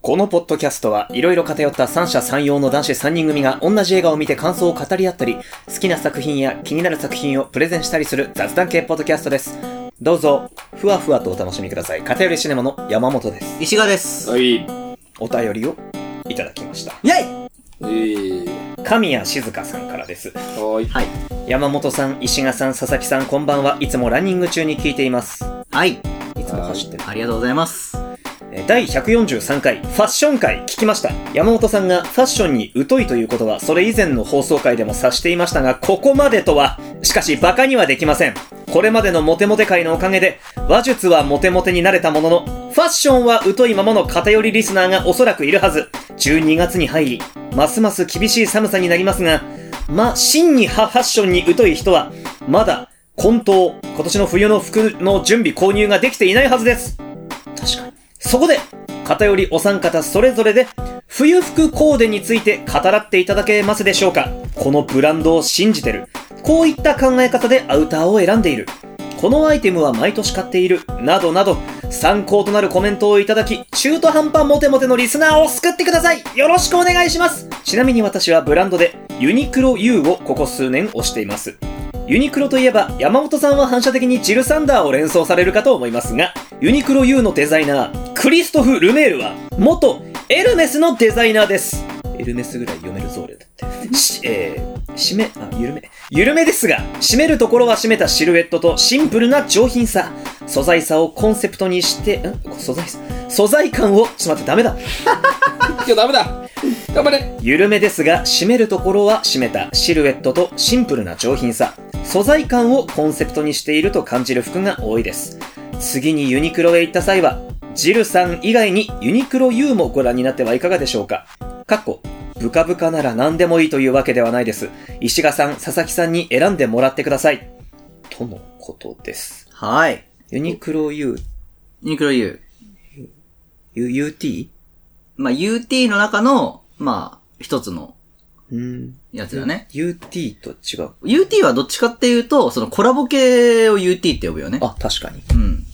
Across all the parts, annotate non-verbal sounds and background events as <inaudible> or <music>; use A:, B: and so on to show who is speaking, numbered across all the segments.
A: このポッドキャストはいろいろ偏った三者三様の男子三人組が同じ映画を見て感想を語り合ったり、好きな作品や気になる作品をプレゼンしたりする雑談系ポッドキャストです。どうぞ、ふわふわとお楽しみください。片寄りシネマの山本です。
B: 石川です。
C: はい。え
A: お便りをいただきました。
B: イェイ
C: ー、
A: 神谷静香さんからです。
C: はい。
B: はい。
A: 山本さん、石賀さん、佐々木さん、こんばんは。いつもランニング中に聞いています。
B: はい。
A: いつも走ってる。
B: ありがとうございます。
A: えー第143回ファッション会聞きました山本さんがファッションに疎いということはそれ以前の放送回でも察していましたがここまでとはしかしバカにはできませんこれまでのモテモテ会のおかげで話術はモテモテになれたもののファッションは疎いままの偏りリスナーがおそらくいるはず12月に入りますます厳しい寒さになりますがまあ真にハファッションに疎い人はまだ混沌今年の冬の服の準備購入ができていないはずです確かにそこで、偏りお三方それぞれで、冬服コーデについて語らっていただけますでしょうかこのブランドを信じてる。こういった考え方でアウターを選んでいる。このアイテムは毎年買っている。などなど、参考となるコメントをいただき、中途半端モテモテのリスナーを救ってくださいよろしくお願いしますちなみに私はブランドで、ユニクロ U をここ数年推しています。ユニクロといえば、山本さんは反射的にジルサンダーを連想されるかと思いますが、ユニクロ U のデザイナー、クリストフ・ルメールは、元エルメスのデザイナーです。エルメスぐらい読めるぞ、俺だって。し、えー、締め、あ、緩め。緩めですが、締めるところは締めたシルエットとシンプルな上品さ。素材さをコンセプトにして、ん素材さ、素材感を、ちょっと待って、ダメだ。
C: 今日ダメだ頑張れ
A: 緩めですが締めるところは締めたシルエットとシンプルな上品さ素材感をコンセプトにしていると感じる服が多いです次にユニクロへ行った際はジルさん以外にユニクロ U もご覧になってはいかがでしょうかかっこブカブカなら何でもいいというわけではないです石賀さん佐々木さんに選んでもらってくださいとのことです
B: はい。
A: ユニクロ U
B: ユニクロ U。
A: U- UT?
B: まあ、UT の中の、まあ、一つの
A: うん
B: やつだね。
A: UT と違う
B: UT はどっちかっていうと、そのコラボ系を UT って呼ぶよね。
A: あ確かに
B: うん。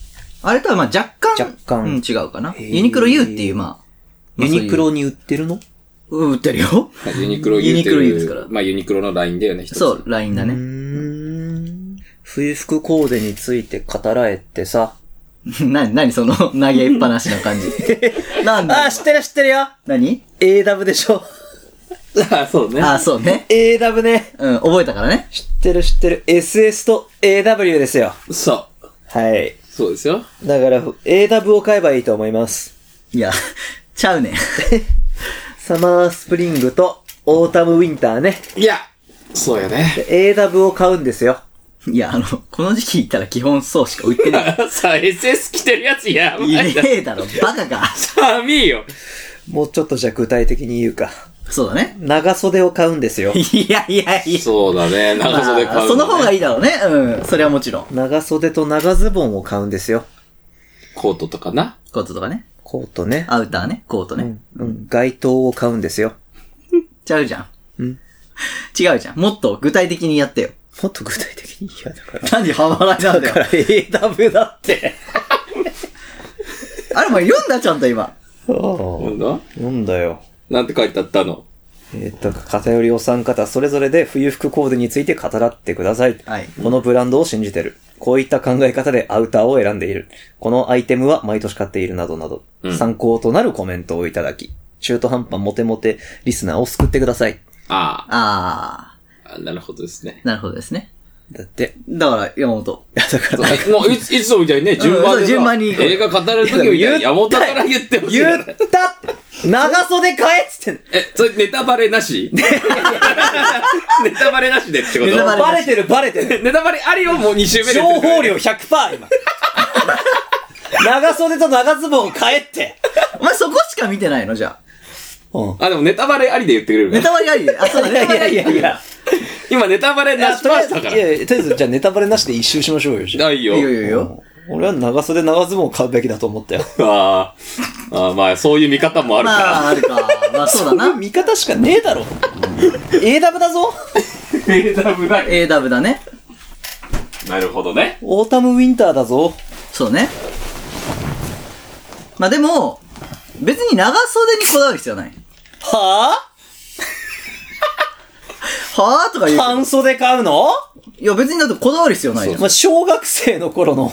B: あれとはまあ若干、
A: 若干
B: うん、違うかな。
A: へー
B: ユニクロ U っていう、まあ、ま
A: ユ
B: あそういう
A: ニクロに売ってるの
B: うん売って
A: <laughs>
B: るよ。
C: ユニクロ
B: ユニクロ
C: 言うてる
B: 言うですから
C: まあユニクロのラインだよね、一つ
B: そう、。ラインだ
A: うー
B: ね。
A: ん冬服コーデについて語らえてさ。
B: <laughs> な、なにその、投げっぱなしな
A: <laughs>
B: 感じ。なんだ
A: あ、知ってる知ってるよ
B: 何
A: !AW で <laughs> しょ
C: <laughs> あ、そうね。
B: あ、そうね。
A: !AW ね
B: うん、覚えたからね。
A: 知ってる知ってる !SS と AW ですよ
C: そう。
A: はい。
C: そうですよ。
A: だから、AW を買えばいいと思います。
B: いや、ちゃうねん。
A: サマースプリングとオータムウィンターね。
C: いや、そうやね。 <laughs>
A: で AW を買うんですよ。
B: いや、あの、この時期行ったら基本そうしか売ってない。
C: さあ、SS 着てるやつ
A: <laughs>
C: やば
B: いね
C: いな。
B: えだろ、バカか。
C: 寒いよ。
A: もうちょっとじゃあ具体的に言うか。
B: そうだね。
A: 長袖を買うんです <laughs> よ。
B: いやいやいや。
C: そうだね。長袖買う、
B: まあその方が
C: いい。
B: いいだろうね。うん、それはもちろん。
A: 長袖と長ズボンを買うんですよ。
C: コートとかな。
B: コートとかね。
A: コートね。
B: アウターね。コート
A: う
B: ね
A: ん。。うん。街灯を買うんですよ。
B: ちゃうじゃん。
A: うん。
B: 違うじゃん。もっと具体的にやってよ。
A: もっと具体的に、いや、だから。
B: 何ハマられたん
A: だ
B: だ
A: か
B: よ。
A: ら AW だって。
B: あれ、お前読んだちゃんと今。
C: な
A: なん
C: だ
A: んだよ。
C: なんて書いてあったの
A: えーっと、偏りお三方、それぞれで冬服コーデについて語らってください。
B: はい
A: このブランドを信じてる。こういった考え方でアウターを選んでいる。このアイテムは毎年買っているなどなど、
C: うん
A: 参考となるコメントをいただき、中途半端モテモテリスナーを救ってください。
C: あ
B: あ
C: あ、なるほどですね。
B: ー。なるほどですね。
A: だって、
B: だから、山
A: <laughs>
B: 本。
A: いやだから、
C: もういつ、いつもみたいにね、順番
B: うんそう
C: で。
B: 順番に行こう
C: 映画語るときみたいに
A: いや
C: 山本から言ってほし
A: <laughs>
C: い。
A: 言った長袖買えっつってんの
C: え、それネタバレなしネタバレなしでってこと
B: ネタバレ
A: バレてるバレてる
C: ネタバレありよ、もう2週目で。
A: 情報量100%今。長袖と長ズボンを変えって。
B: お前そこしか見てないのじゃあ。
A: うん。
C: あ、でもネタバレありで言ってくれるか
B: ネ
C: ら。
B: タバレありで。あ、そうだ、
A: い
B: ネ
A: や
B: タ
A: い
B: バレあ
A: や
B: り
A: い
B: で
A: やいや。
C: 今ネタバレなし
A: とり
C: パ
A: あえ
C: ー
A: ず、
C: だ
A: い
C: か
A: やいやとりあえず、じゃあネタバレなしで一周しましょうよ。じ
C: ら。
A: ゃあ
C: ないよ。
B: いいよいいよいいよ。
A: 俺は長袖長ズボンを買うべきだと思ったよ。
C: あーあー、まあ、そういう見方もあるか
B: ま
C: ら。
B: あ、あるか。まあ、そうだな。
A: 味方しかねえだろ。AW だぞ。
C: ネタバレ
B: AW だね。
C: なるほどね。
A: オータムウィンターだぞ。
B: そうね。まあでも、別に長袖にこだわる必要ない。
A: は
B: はぁと
A: ぁ
B: か言うけど
A: 半袖買うの
B: いや別にだってこだわる必要ないじゃん。
A: まあ、小学生の頃の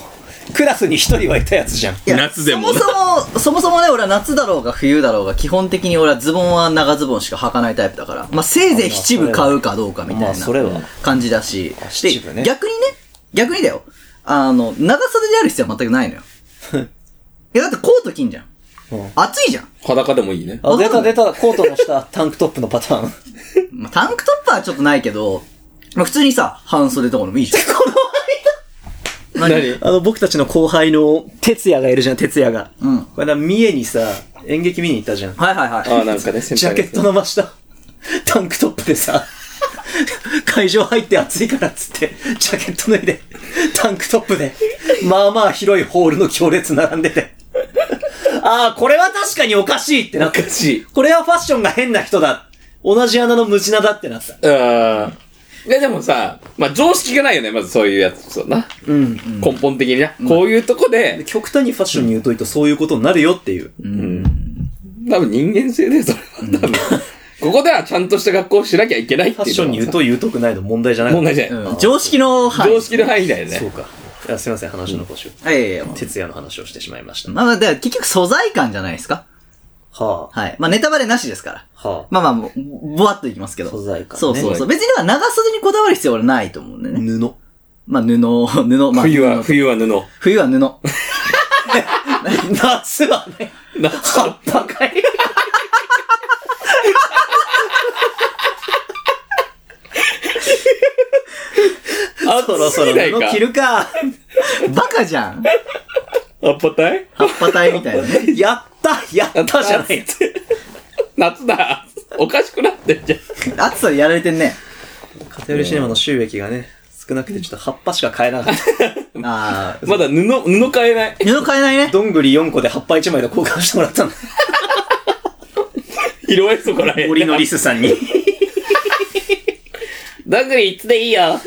A: クラスに一人はいたやつじゃん。
B: いや
C: 夏でも
B: そもそも、 <laughs> そもそもね、俺は夏だろうが冬だろうが、基本的に俺はズボンは長ズボンしか履かないタイプだから、まあせいぜい七分買うかどうかみ
A: ま
B: た
A: あ
B: いな
A: それは
B: 感じだし、
A: あ七分ね
B: で逆にね、逆にだよ、あの、長袖である必要は全くない
A: <laughs>
B: のよ。いやだってコート着んじゃん
A: うん。
B: 暑いじゃん。
C: 裸でもいいね。
A: あ、出た出た、コートの下、タンクトップのパターン。
B: まあタンクトップはちょっとないけど、まあ普通にさ、半袖とかでもい
A: <laughs>
B: いじゃん。
C: 何
A: あの、僕たちの後輩の、哲也がいるじゃん、哲也が。
B: うん
A: これな、三重にさ、演劇見に行ったじゃん。
B: はいはいはい。
C: ああ、なんかね、先
A: ジャ
C: 輩
A: ケ
C: が
A: ットの真下、 <laughs> タンクトップでさ、 <laughs> 会場入って暑いからっつって、ジャケット脱いで、タンクトップで、まあまあ広いホールの行列並んでて、 <laughs> ああ、これは確かにおかしいってなった
C: おかしい
A: これはファッションが変な人だ。同じ穴の無地なだってなった。
C: うん。いやでもさ、まあ常識がないよね、まずそういうやつ。そうな。
A: うん。
C: 根本的にな。こういうとこで、
A: 極端にファッションに疎いとそういうことになるよっていう。
C: 多分人間性で、それは。多分。ここではちゃんとした学校をしなきゃいけないって
A: ファッ
C: いう
A: ションに
C: のがさ。
A: 疎い疎くないの問題じゃない。
C: 問題じゃない。
B: うん常識の範囲。
C: 常識の範囲だよ
A: そう
C: ね。
A: か。いやすいません、話の腰を。
B: はいやいや、まあ
A: 哲也の話をしてしまいました。
B: まあまあ、だから結局素材感じゃないですか。
A: はあ。
B: はい。まあネタバレなしですから。
A: はあ。
B: まあまあ、もうぼわっといきますけど。
A: 素材感ね
B: そうそうそう。別にだから長袖にこだわる必要はないと思うんだよね。
A: 布。
B: まあ布、 <laughs> 布、まあ、
C: 冬は、
B: 布
C: 冬は布。
B: 冬は
A: <laughs>
B: 布。
A: 夏はね、
C: な
A: 葉っぱかい。そろそろ
C: ない
A: 布
C: か
A: 着。るか。
B: バカじゃん。
C: あっぱたい
B: 葉っぱ体みたいなね。
A: <laughs> やったやったじゃない。 <laughs>
C: 夏だ。おかしくなってんじゃん。
B: 暑さでやられてんね。
A: 偏りシネマの収益がね、少なくてちょっと葉っぱしか買えなかっ <laughs>
B: ああ。
C: まだ布、布買えない。
B: 布買えない
A: た。
B: ね。
A: どんぐり4個で葉っぱ1枚で交換してもらったの。
C: 拾えそこらへん。
A: 森のリスさんに。
C: どんぐりいつでいいよ。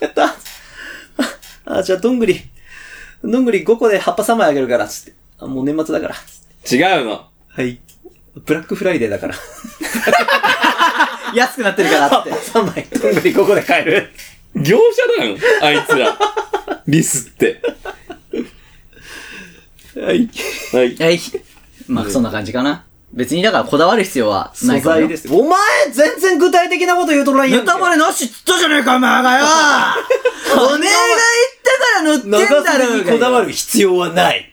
A: やったあ、じゃあどんぐり、どんぐり5個で葉っぱ3枚あげるから、つって。あ、もう年末だから。つって
C: 違うの。
A: はい。ブラックフライデーだから。
B: 安くなってるから
A: 葉
B: っ
A: ってぱ。3枚、どんぐり5個で買える。
C: 業者なのあいつら。リスって。
A: はい。
C: はい。
B: はい。まあ、そんな感じかな。別にだからこだわる必要はな
A: 素
B: いから
A: 材
B: よ。
A: です。お前、全然具体的なこと言うとるないや
B: ネ
A: んけ
B: タバレなしっつったじゃねえか、お前がよ <laughs> おめえが言ったから塗ってん
A: 長
B: だろ
A: 袖
B: う
A: に
B: が
A: こだわ
B: る。
A: る必要はない。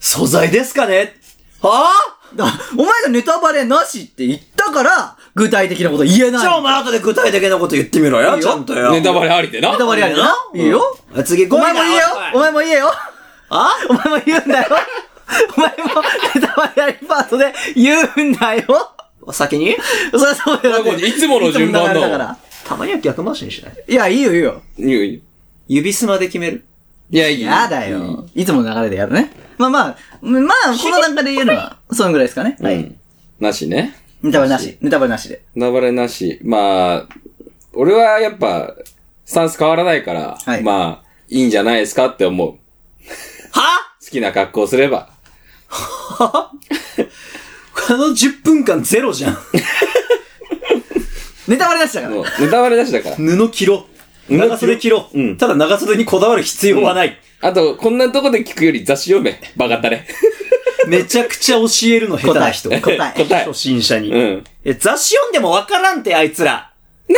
A: 素材ですかねはぁ、
B: お前がネタバレなしって言ったから、具体的なこと言えない。
A: じゃあお前後で具体的なこと言ってみろよ、
B: いいよ
A: ちゃんとよ。
C: ネタバレありでな。
B: ネタバレやるな。いいよ。
A: あ次、
B: お
A: ご
B: 前も言えよお前も言えよ
A: あ
B: お前も言うんだよお前もネタバレありパートで言うんだよ
A: 先に
B: そりゃそうだよだって
C: いつもの順番の
B: いつも流れだから
A: たまには逆回しにしない
B: いや、いいよいいよ。
C: いいよ
A: 指すまで決める。
C: いや、いい
B: やだ。よ。いつもの流れでやるね。まあまあ、まあ、この段階で言うのは、そのぐらいですかね。
C: う。ん。なしね。
B: ネタバレなし。ネタバレなしで。
C: ネタバレなし。まあ、俺はやっぱ、スタンス変わらないから、
B: はい
C: まあ、いいんじゃないですかって思う。好
A: は
C: きな格好すれば。
A: あの10分間ゼロじ
B: <laughs>
A: ゃん。
B: ネタバレなしだから
C: も。う、ネタバレなしだから。
A: 布着ろ。
C: 着ろ
A: 長袖着ろ。
C: うん
A: ただ長袖にこだわる必要は
B: <laughs>
A: ない。
C: あと、こんなとこで聞くより雑誌読め。バカタレ。
A: めちゃくちゃ教えるの下手な人。
B: 答
A: <laughs>
B: え答え
C: 答え
A: 初心者に。
C: うん
A: え、雑誌読んでもわからんって、あいつ
B: <laughs>
A: ら。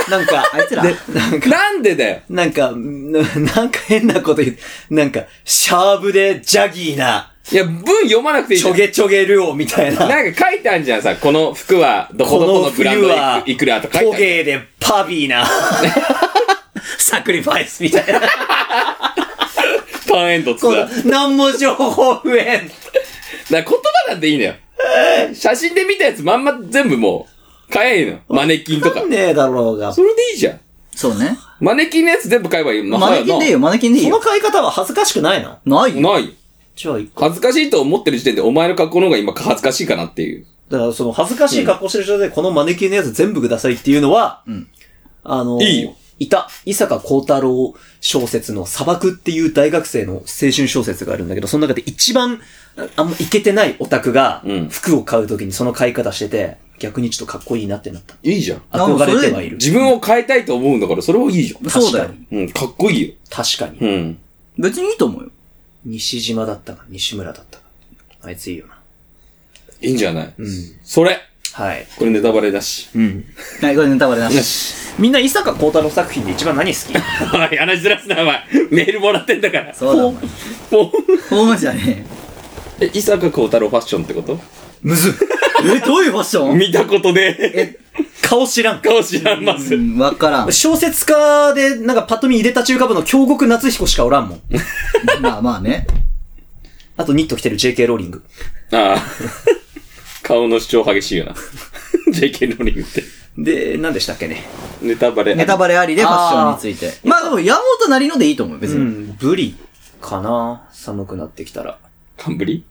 A: なんか、
B: あいつら
A: でなんか、
C: なんでだよ。
A: なんか、んなんか変なこと言う。なんか、シャーブでジャギーな、
C: いや、文読まなくていい
A: ち
C: じゃ
A: ょ
C: ん。
A: げちょげ量みたいな。
C: なんか書いてあるじゃんさ、この服はど
A: こ
C: こどこ
A: の
C: のブラン
A: 冬
C: ドで
A: はい
C: くいくらとか書
A: ト
C: いてある。
A: ゲーでパビー
C: <laughs>
A: な、サクリファイスみたいな。
C: パンエンドっつ
A: こ
C: ったら。だ
A: の
C: か、
A: 何も情報増えん。
C: ら言葉なんていいのよ。写真で見たやつまんま全部もう、買えんの。マネキンと
A: <laughs>
C: か
A: わん。ねえだろうが。
C: それでいいじゃん。
B: そうね。
C: マネキンのやつ全部買えばいい。
B: マネキンでいいよ、マネキンでいい
A: その
B: よ。
A: 買い方は恥ずかしくないの
B: ないよ。
C: ない。
A: じゃあ、いいか
C: 恥ずかしいと思ってる時点でお前の格好の方が今恥ずかしいかなっていう。
A: だからその恥ずかしい格好してる人でこのマネキンのやつ全部くださいっていうのは、
B: ん
A: あのー
C: いいよ。
A: いた、伊坂幸太郎小説の砂漠っていう大学生の青春小説があるんだけど、その中で一番、ああんまイケてないオタクが
C: うん、
A: 服を買うときにその買い方してて、逆にちょっとかっこいいなってなった。
C: いいじゃん。
B: なん
A: 憧
B: かそれ
A: れてはいる。
C: 自分を変えたいと思うんだから、それはいいじゃん。
B: そうだよ
A: 確か。
C: うん、かっこいいよ。
A: 確かに。
C: うん。
B: 別にいいと思うよ。
A: 西島だったか、西村だったか。あいついいよな。
C: いいんじゃない
A: うん。
C: それ
A: はい。
C: これネタバレだし。
A: うん。
B: はい、これネタバレなし。
A: みんな伊坂幸太郎作品で一番何好き
C: はい、話しづらすな、お前。メールもらってんだから。
B: そうだ、お前。
C: もう。
B: ホームじゃね
C: え、伊坂幸太郎ファッションってこと
A: むずっ。
B: え。え、どういうファッション
C: 見たことで、
B: え、
A: <laughs> 顔知らん。
C: 顔知らんま
B: う
C: す。
B: ん、わからん。
A: 小説家で、なんかパッと見入れた中華部の京極夏彦しかおら <laughs> んもん。
B: まあまあね。
A: あとニット着てる JK ローリング。
C: ああ。顔の主張激しいよな。JK ローリングって。
A: で、何でしたっけね。
C: ネタバレ。
B: ネタバレありでファッションについて。
A: あ
B: まあでも、山本なりのでいいと思うよ、別
A: う
B: に。
A: ん、ブリかな寒くなってきたら。 <laughs>
C: カンブリ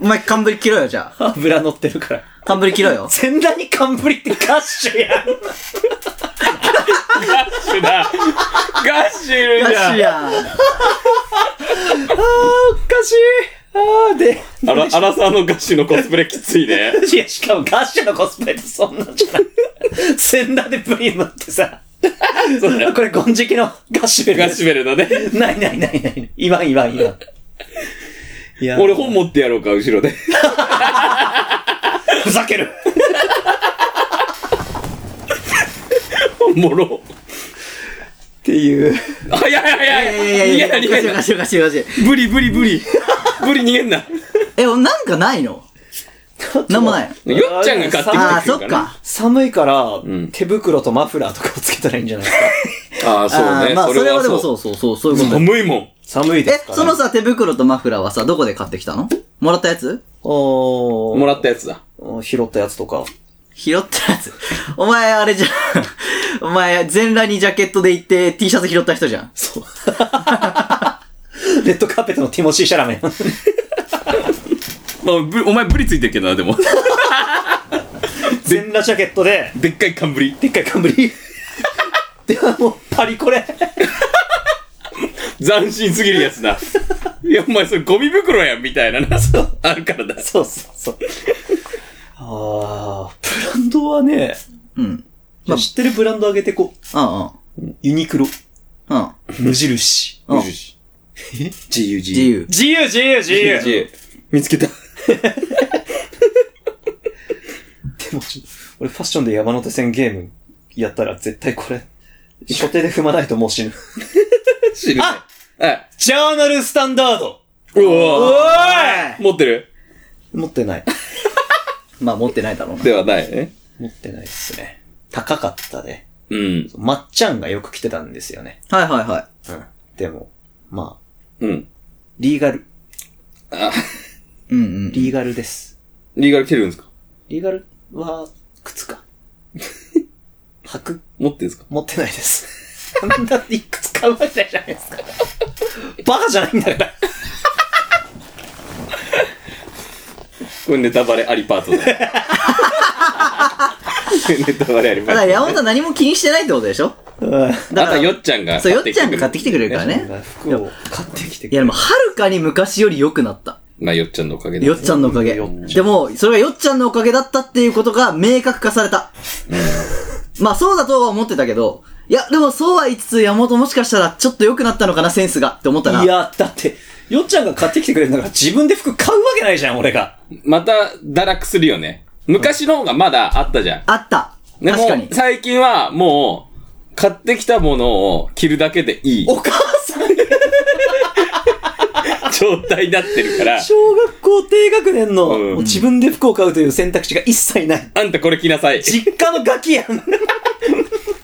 B: お前、冠切ろよ、じゃあ。
A: 油乗ってるから。
B: 冠切ろよ。
A: 全裸に寒ブリってガッシ <laughs> ュやん。
C: ガッシュだガッシュだ
B: よしや。
A: おかしい。あーで。
C: あら、アラサーのガッシュのコスプレきついね。
A: いや、しかもガッシュのコスプレってそんなんじゃない。 <laughs> 全裸でブリ乗ってさ。 <laughs>
C: そうだよ。
A: これ、金色のガッシュベル
C: ガ
A: で
C: ッ
A: す
C: シュベルだね。
A: ないないないない。いわんいわんいわん。いや
C: 俺本持ってやろうか、後ろで。
A: ふざける
C: おもろ。
A: っていう。
C: あ、いやいやい
B: い
C: や
B: やいやい
C: い
B: や
C: や、
B: いや、
C: 逃
B: おか
C: げ
B: し
C: んな
B: いおか。しいおかしいおかしい。
C: ブリブリブリ。ブリ逃げんな。
B: え、なんかないのなんもない。
C: よっちゃんが買ってきてくれる
B: あ
C: ら
B: あ、そっか。
A: 寒いから、
C: ん
A: 手袋とマフラーとかをつけたらいいんじゃないですか。
C: ああ、そう
B: あー
C: ね。
B: まあ、それはでも
C: う
B: そうそうそう、そういうことだよ
C: 寒いもん。
A: <laughs> 寒いですから、
B: え、そのさ、手袋とマフラーはさ、どこで買ってきたのもらったやつ
A: お
C: もらったやつだ。
A: ら拾ったやつとか。
B: 拾ったやつ。 <laughs> お前、あれじゃん。 <laughs> お前、全裸にジャケットで行って T シャツ拾った人じゃん。
A: そう。レッドカーペットのティモシー・シャラメン。
C: まあ、ぶお前ブリついてるけどな、でも。
A: 全裸ジャケットで、
C: でっかい寒ブリ。
A: でっかい冠。ではもう、パリコレ。
C: 斬新すぎるやつだ。いや、お前それゴミ袋やん、みたいなな。あるからだ。
A: そうそうそう。ああ、ブランドはね、
B: うん。
A: まあ、知ってるブランド上げてこう。
B: うんうん。
A: ユニクロ、
B: うん。
A: 無印。
B: うん
C: よしよし自由、自
B: 自。由。
A: 自由自由自由
C: 自由。見つけた。
A: でもちょっと、 <laughs> 俺ファッションで山手線ゲームやったら絶対これ、初手で踏まないともう死ぬ。
C: 知るね。はい。
A: ジャーナルスタンダード
C: うお
A: お
C: ー持ってる
A: 持ってない。
B: まあ、持ってないだろうな。
C: ではないね。
A: 持ってないっすね。高かったね。
C: うん。
A: まっちゃんがよく着てたんですよね。
B: はいはいはい。
A: うん。でも、まあ、
C: うん。
A: リーガル、
C: あ、
B: うんうん。
A: リーガルです。
C: リーガル来てるんですか
A: リーガルは、靴か。履く
C: 持ってるんですか
A: 持ってないです。なんだっていくつ買うわけじゃないですか。バカじゃないんだ <laughs> から。
C: これネタバレありパートだ
B: <laughs>
C: よ。ネタバレありパ
B: ただ、
C: ー
B: 山本は何も気にしてないってことでしょ
A: うん。
C: ト。あとよっちゃんが
B: そう、よ
C: 買
B: っ
C: ってき
B: ち
C: て
B: ゃ
C: く
B: ん
C: れる。
B: が買ってきてくれるからね。
A: 服を買ってきてく
B: い
A: れ
B: や、
A: る
B: でも、はるかに昔より良くなった。
C: まあ、よっちゃんのおかげで。
B: よっちゃんのおかげ。
A: よっち
B: でも、それがよっちゃんのおかげだったっていうことが明確化された。まあ、そうだとは思ってたけど、いや、でもそうは言いつつ、山本もしかしたらちょっと良くなったのかな、センスがって思ったら。
A: いや、だって、よっちゃんが買ってきてくれるんだから自分で服買うわけないじゃん、俺が。
C: また堕落するよね。昔の方がまだあったじゃん。
B: あった。
C: で
B: 確かに
C: も、。最近はもう、買ってきたものを着るだけでいい
A: お母さん、
C: 状態になってるから、
A: <laughs> 小学校低学年の、
C: うん
A: もう自分で服を買うという選択肢が一切ない。
C: あんたこれ着なさい。
A: 実家のガキ <laughs> やん。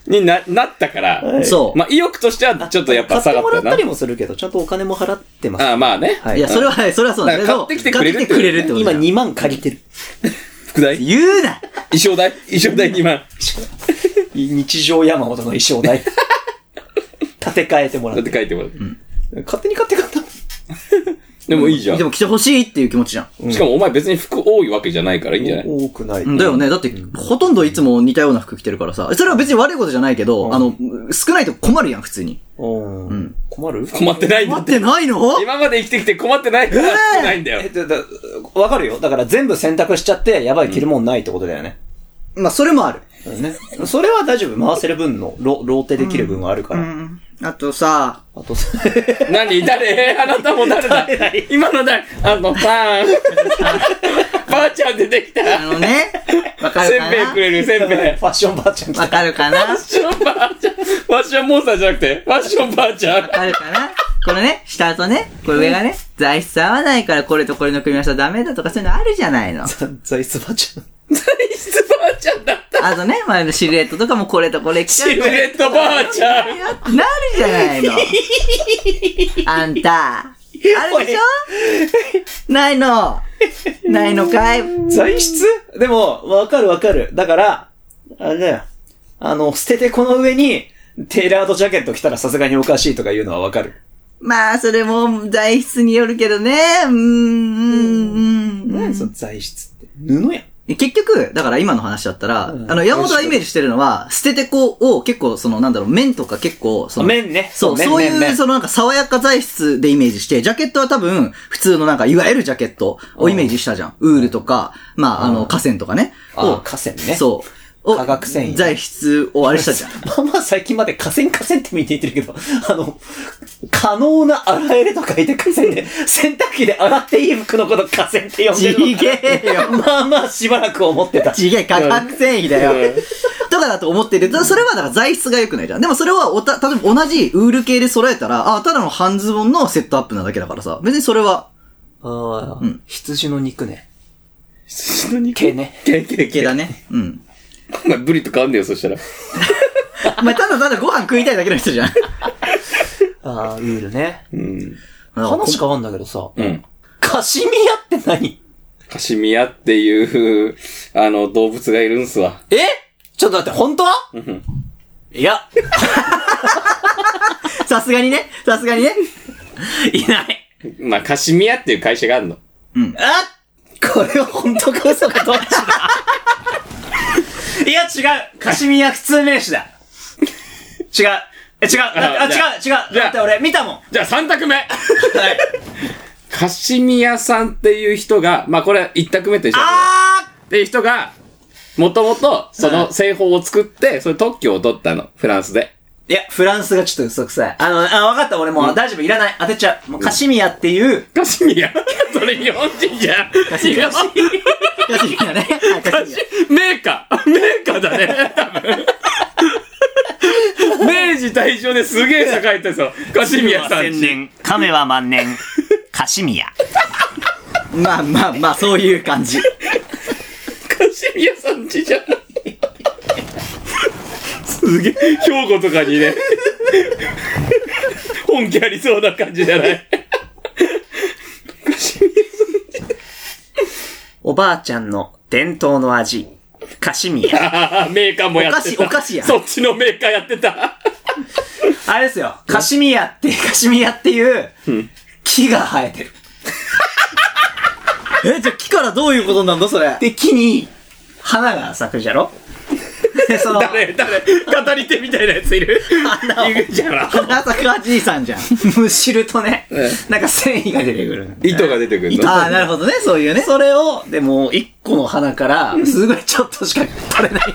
C: にな、なったから、
A: はい
B: そう。
C: まあ、意欲としてはちょっとやっぱ下が
A: 買って
C: った
A: もらっ
C: な
A: たり。もするけど、ちゃんとお金も払ってます。
C: ああ、まあね。
A: はい
B: や、それは、それはそうなんだ
C: だ
B: けど、
C: から買ってきてくれるっ
A: 今
C: てこと
B: 買ってきてくれるってことだよ
A: 2万借り <laughs> てる。
C: 副題
B: 言うな
C: 衣装代衣装代2万。
A: 日常山本の衣装代。立て替えてもら
C: だ
A: っ
C: って
A: て。
C: 書いてもらう。
A: 勝手に買って買った。
C: でもいいじゃん
B: で。も来てほしいっていう気持ちじゃん。
C: しかもお前別に服多いわけじゃないからいいんじゃない
A: 多くない。
B: だよね。だって、ほとんどいつも似たような服着てるからさ。それは別に悪いことじゃないけど、
A: うん
B: あの、少ないと困るやん、普通に。
A: うん
B: ん
A: 困る
C: 困ってないんだ
B: 困っ
C: ってて。
B: ないの
C: 今まで生きてきて困ってないから少ないんだ
A: え
C: よ。
A: だだわかるよ。だから全部選択しちゃって、やばい、着るもんないってことだよね。
B: まあ、それもある。
A: ね。それは大丈夫。回せる分の、ロローテで切る分はあるから。
B: あとさ、
A: あと、 <laughs>
C: 何誰あなたも誰だ
A: 誰
C: 今の誰あの、パン。ばあちゃん出てきた。
B: あのね、わか
C: せ
B: る
C: んべい
B: か
C: くれる、せんべい。
A: ファッションばあちゃん来
B: な
A: <laughs>
B: わ
A: た。
B: かるかなわ
C: ファッションばあちゃん。ファッションモンスターじゃなくて、ファッションばあちゃん。
B: かるかなこれね、下とね、これ上がね、材質合わないからこれとこれの組み合わせはダメだとかそういうのあるじゃないの。
A: 座椅子ばあちゃん。
C: 材質ばあちゃんだった。
B: あとね、前のシルエットとかもこれとこれ着ちゃ
C: シ
B: う
C: ル
B: と
C: エットばあちゃん。
B: なるじゃないの。あんた。あるでしょないの。ないのかい
A: 材質でも、わかるわかる。だから、あれだよ。あの、捨ててこの上に、テーラードジャケット着たらさすがにおかしいとか言うのはわかる。
B: まあ、それも材質によるけどね。うーん、うん、う
A: 何その材質って。布やん。
B: ん。結局、だから今の話だったら、
A: うん
B: あの、山本がイメージしてるのは、捨ててこを結構、その、なんだろう、面とか結構、その、
A: 面ね。
B: そう、
A: 面
B: そう
A: 面
B: いう、
A: 面
B: そのなんか爽やか材質でイメージして、ジャケットは多分、普通のなんか、いわゆるジャケットをイメージしたじゃん。ウールとか、まあ、あの、河川とかね。
A: あ
B: を
A: 河川ね。
B: そう。を
A: 化学繊維
B: 材質をあれした
A: <laughs>
B: じゃん。
A: まあまあ最近まで河川河川って見て言ってるけど、あの、可能な洗えると書いて河川で、洗濯機で洗っていい服のこと河川って呼んでるの
B: ちげえよ
A: まあまあしばらく思ってた。
B: 違え、化学繊維だよ。とかだと思ってる。それはだから材質が良くないじゃん。でもそれはおた、例えば同じウール系で揃えたら、あ、ただの半ズボンのセットアップなだけだからさ。別にそれは、
A: ああ、
B: ん
A: 羊の肉ね。
C: 羊の肉
A: 毛ね。
C: けけ
B: 系
C: け
B: だね。うん。
C: お前ブリと変わんねえよ、そしたら。
B: お前ただただご飯食いたいだけの人じゃん。
A: ああ、ウールね。
C: うん。
A: 話変わんだけどさ、
C: うん。
A: カシミヤって何
C: カシミヤっていう、あの、動物がいるんすわ。
A: えちょっと待って、本当
C: ん
A: いや、
B: <laughs> さすがにね。さすがにね。
A: いない。
C: まあ、カシミヤっていう会社があるの。
A: あこれは本当か嘘かどっちだいや、違う。カシミヤ普通名詞だ。違う。え、違う。あ、あ違
C: じゃあ
A: う、違う。
C: じゃあ
A: だって俺見たもん。は
C: じゃあ3択目
A: い。
C: カシミヤさんっていう人が、まあこれは1択目と一緒だけど
A: あ
C: っていう人が、もともとその製法を作って、それ特許を取ったの、フランスで。
A: ーいや、フランスがちょっと嘘くさい。あの、あ、わかった。俺もう大丈夫。いらない。当てちゃう。もうカシミヤっていう、
C: カシミヤそれ日本人じゃん
B: カシミヤ
C: 違う
B: カシミヤね。はいカシミヤ
C: メーカーメーカーだね多分 <laughs> 明治大正ですげえ栄えたんですよ。カシミヤさんち。
A: 年、亀は万年、カシミヤ。
B: まあまあまあ、そういう感じ。
C: カシミヤさんちじゃん。すげえ、兵庫とかにね、本気ありそうな感じじゃない <laughs>
A: おばあちゃんの伝統の味、カシミヤ。
C: ああ、メーカーもやってた。
B: お菓子お菓子や
C: そっちのメーカーやってた。
A: あれですよ、カシミヤって、カシミヤっていう、木が生えてる。
B: え、じゃあ木からどういうことなんだそれ。
A: で、木に、花が咲くじゃろで、その、
C: 誰誰語り手みたいなやついる
B: 花を
C: いるじゃん。
B: 花坂じいさんじゃん。
A: むしるとね
C: え、
A: なんか繊維が出てくる。
C: 糸が出てくるの。
B: ああ、なるほどね。そういうね。
A: それを、でも、一個の花から、すごいちょっとしか取れない。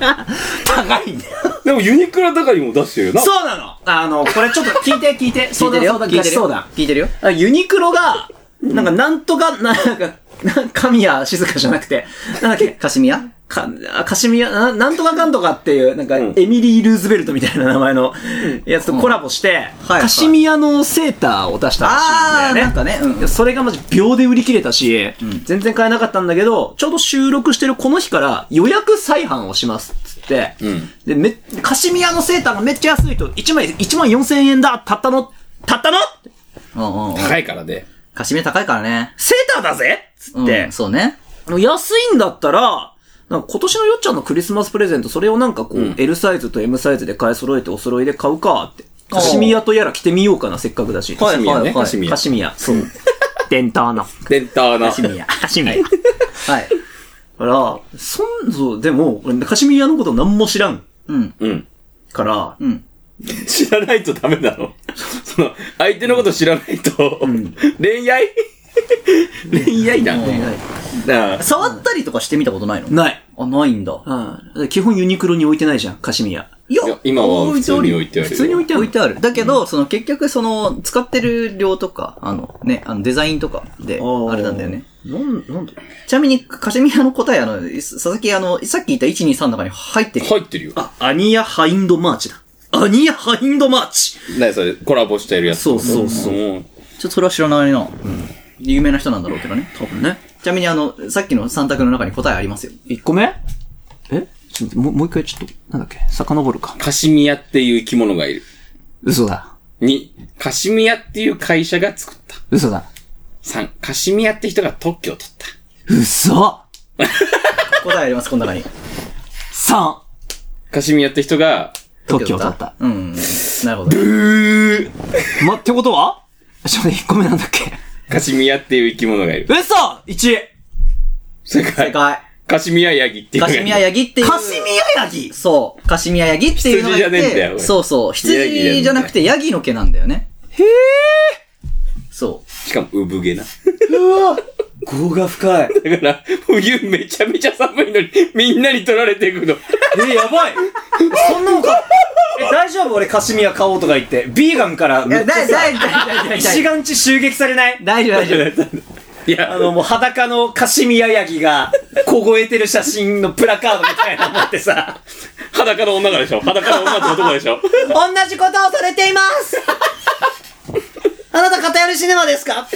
B: <laughs>
A: 高いんだよ。
C: でもユニクロとかにも出してるよな。
A: そうなのあの、これちょっと聞いて聞いて、
B: 聞いてるよ。
A: 相談
B: 聞いてる
A: 相
B: よ
A: 談。
B: 聞いてるよ。
A: あユニクロが、なんか、なんとか、ななんか、な神谷静香じゃなくて、なんだっけ、
B: カシミヤ
A: か、あカシミヤ、ななんとかかんとかっていう、なんか、
C: ん
A: エミリー・ルーズベルトみたいな名前のやつとコラボして、
B: はい
A: カシミヤのセーターを出したらし
B: あ
A: いん
B: あ、
A: だよね
B: なん。かね。うん。
A: それがまじ秒で売り切れたし、全然買えなかったんだけど、ちょうど収録してるこの日から予約再販をしますっつって、
C: ん
A: で、め、カシミヤのセーターがめっちゃ安いと、1枚、1万4000円だたったのたったの
B: うんうんうん。
C: 高いからね。
B: カシミヤ高いからね。
A: セーターだぜっつ
B: う
A: っ
B: ん
A: て、
B: そうね。
A: 安いんだったら、なんか今年のよっちゃんのクリスマスプレゼント、それをなんかこう、
C: ん
A: L サイズと M サイズで買い揃えてお揃いで買うかって。カシミヤとやら着てみようかな、せっかくだし。
B: はい
C: シミヤね
B: はい
C: カシミヤ
A: カシミヤ。そう。 <laughs> 伝統の。
C: 伝統の。
B: シミヤ。
A: カシミヤ。
B: はい。
A: だから、そん、そう、でも、俺、カシミヤのこと何も知らん
B: うん。
C: うん。
A: から、
B: うん。
C: 知らないとダメだろ。その、相手のこと知らないと、恋愛
A: <laughs>
C: 恋愛だね。なあ
B: 触ったりとかしてみたことないの
A: ない。
B: あ、ないんだ。
A: うん。基本ユニクロに置いてないじゃん、カシミヤ。
B: いや
C: いや今は普通に置いてあるよ
B: 普通に置いてある。だけど、その結局、その、使ってる量とか、あのね、あのデザインとかで、あれなんだよね。。
A: なん、なんで
B: ちなみに、カシミヤの答え、あの、佐々木、あの、さっき言った123の中に入ってる。
C: 入ってるよ。
A: あ、アニヤハインドマーチだ。アニヤハインドマーチ
C: 何それ、コラボしてるやつ。
A: そうそうそう。
C: うん。
B: ちょっとそれは知らないな。有名な人なんだろうけどね。
A: 多分ね。
B: ちなみに、あの、さっきの3択の中に答えありますよ。
A: 1個目えちょっと待ってもう、もう一回ちょっと、なんだっけ遡るか。
C: カシミヤっていう生き物がいる。
A: 嘘だ。
C: 2、カシミヤっていう会社が作った。
A: 嘘だ。
C: 3、カシミヤって人が特許を取った。
A: 嘘
B: 答えあります、この中に。
A: !3!
C: カシミヤって人が、
A: 特許を取った。
B: うんうん。なるほど。
C: うー
A: ま、ってことはちょっと1個目なんだっけ
C: カシミヤっていう生き物がいる。
A: 嘘 !1!
C: 正
B: 正
C: 解。
B: 解。
C: カシミヤヤギっていうの
B: カ
C: がいる。
B: シミヤヤギっていう。
A: カシミヤヤギ
B: そう。カシミヤヤギっていうのがいて
C: 羊じゃねえんだよ
B: そうそう。
C: ヤギだよね
B: 羊じゃなくてヤギの毛なんだよね。
A: へえ。
B: そ
C: しかも、産毛な。
A: うわ語が深い。
C: だから、冬めちゃめちゃ寒いのに、みんなに取られていくの。
A: え、やばいそんなのかえ、大丈夫俺カシミヤ買おうとか言って。ビーガンから
B: う。
A: めっちゃさ、
B: 大丈夫、大
A: 石岩地襲撃されない
B: 大丈夫、大丈夫。
C: いや、
A: あの、もう裸のカシミヤヤギが凍えてる写真のプラカードみたいなの持ってさ、
C: 裸の女がでしょ裸の女と男でしょ
A: 同じことをされていますあなた片寄りシネマですか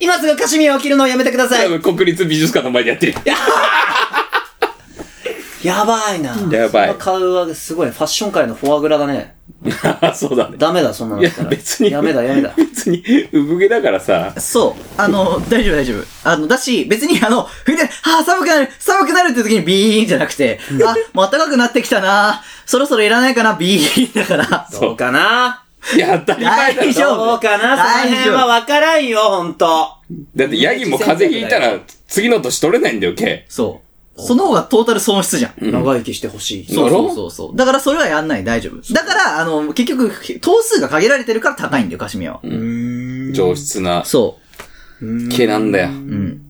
A: 今すぐカシミヤを着るのをやめてくださ
C: 多
A: い。
C: 分国立美術館の前でやってる。
A: やばいな。
C: やばい
A: その買うはすごい、ファッション界のフォアグラだね。
C: <laughs> そうだね。
A: ダメだ、そんなのだったら
C: いや別に
A: やめだ、やめだ。
C: 別に、産毛だからさ、
B: そう。あの、大丈夫、大丈夫。あの、だし、別にあの、冬で、ああ、寒くなる、寒くなるって時にビーンじゃなくて、あ、もう暖かくなってきたなそろそろいらないかな、ビーンだから。
C: う
A: どうかない
C: や、当たり前だ
B: 大
C: ろ。
B: 丈夫
A: どうかなそ
B: 大丈夫
A: の辺はわからんよ、ほんと。
C: だって、ヤギも風邪ひいたら、次の年取れないんだよ、毛。
B: そう。その方がトータル損失じゃん。
A: 長生きしてほしい。
B: そう
C: だ
B: そ
C: ろ
B: うそうそう。だからそれはやんない、大丈夫。だから、あの、結局、頭数が限られてるから高いんだよ、カシミヤは。
C: 上質な
B: そ
C: 毛なんだよ。
B: う。うん。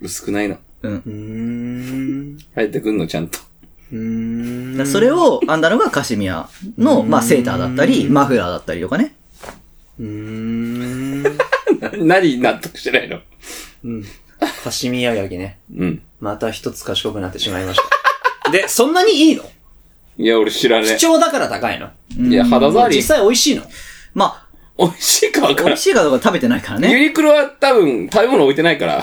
C: 薄くないの。
B: うん。
A: うーん。
C: 生えてくんの、ちゃんと。
A: うーん。
B: だからそれを編んだのがカシミヤの、まあ、セーターだったり、マフラーだったりとかね。
A: うーん。
C: な何納得してないの
A: うん。カシミヤヤギね。
C: うん。
A: また一つ賢くなってしまいました。 <laughs> で、そんなにいいの
C: いや、俺知らね
A: 貴重だから高いの
C: え。いや、肌触り
A: 実、際美味しいの
B: まあ、
C: 美味しいかわか
B: 美
C: らん
B: 味。しいかどうか食べてないから
C: ユ
B: ね。
C: ニクロは多分、食べ物置いてないから。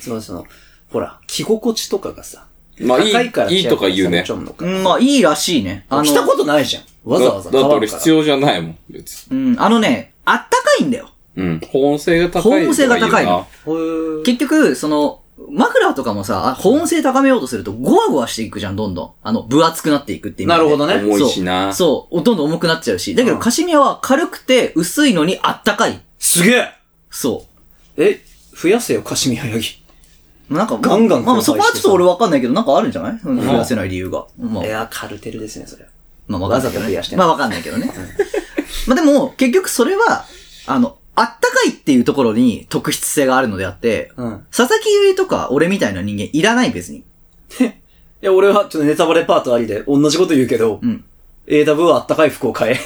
A: つまりその、ほら、着心地とかがさ、
C: まあ、い
A: 高いから
C: い、いいとか言うね。
A: 着のか
B: うん、まあ、いいらしいね。あの、
A: 着たことないじゃん。わざわざ
C: だ
A: 買
C: だって
A: わん
C: 俺
A: から
C: 必。要じゃないもん、別に。
B: うん、あのね、あったかいんだよ。
C: うん。保温性が高い。
B: 保温性が高いの。
A: へー
B: 結局、その、マフラーとかもさ、あ保温性高めようとすると、ゴワゴワしていくじゃん、どんどん。あの、分厚くなっていくって意味で
A: なるほどね。
C: 重いしな
B: そう。そう。どんどん重くなっちゃうし。だけど、
A: うん
B: カシミヤは軽くて薄いのにあったかい。
A: すげえ
B: そ
A: え、増やせよ、カシミヤヤギ。
B: う。なんか、
A: ガンガン
B: まあ、
A: 交
B: そ
A: 配してさ
B: こはちょっと俺わかんないけど、なんかあるんじゃないうん増やせない理由が。まあ
A: い、や、カルテルですね、それは。
B: まあ、わかんないけ
A: わ
B: ど
A: ざと増やして
B: ね。
A: んの
B: まあ、わかんないけどね。まあ、でも、結局それは、あの、あったかいっていうところに特質性があるのであって、
A: うん。
B: 佐々木ゆいとか俺みたいな人間いらない別に。
A: いや、俺はちょっとネタバレパートありで、同じこと言うけど、
B: うん。
A: AW はあったかい服を買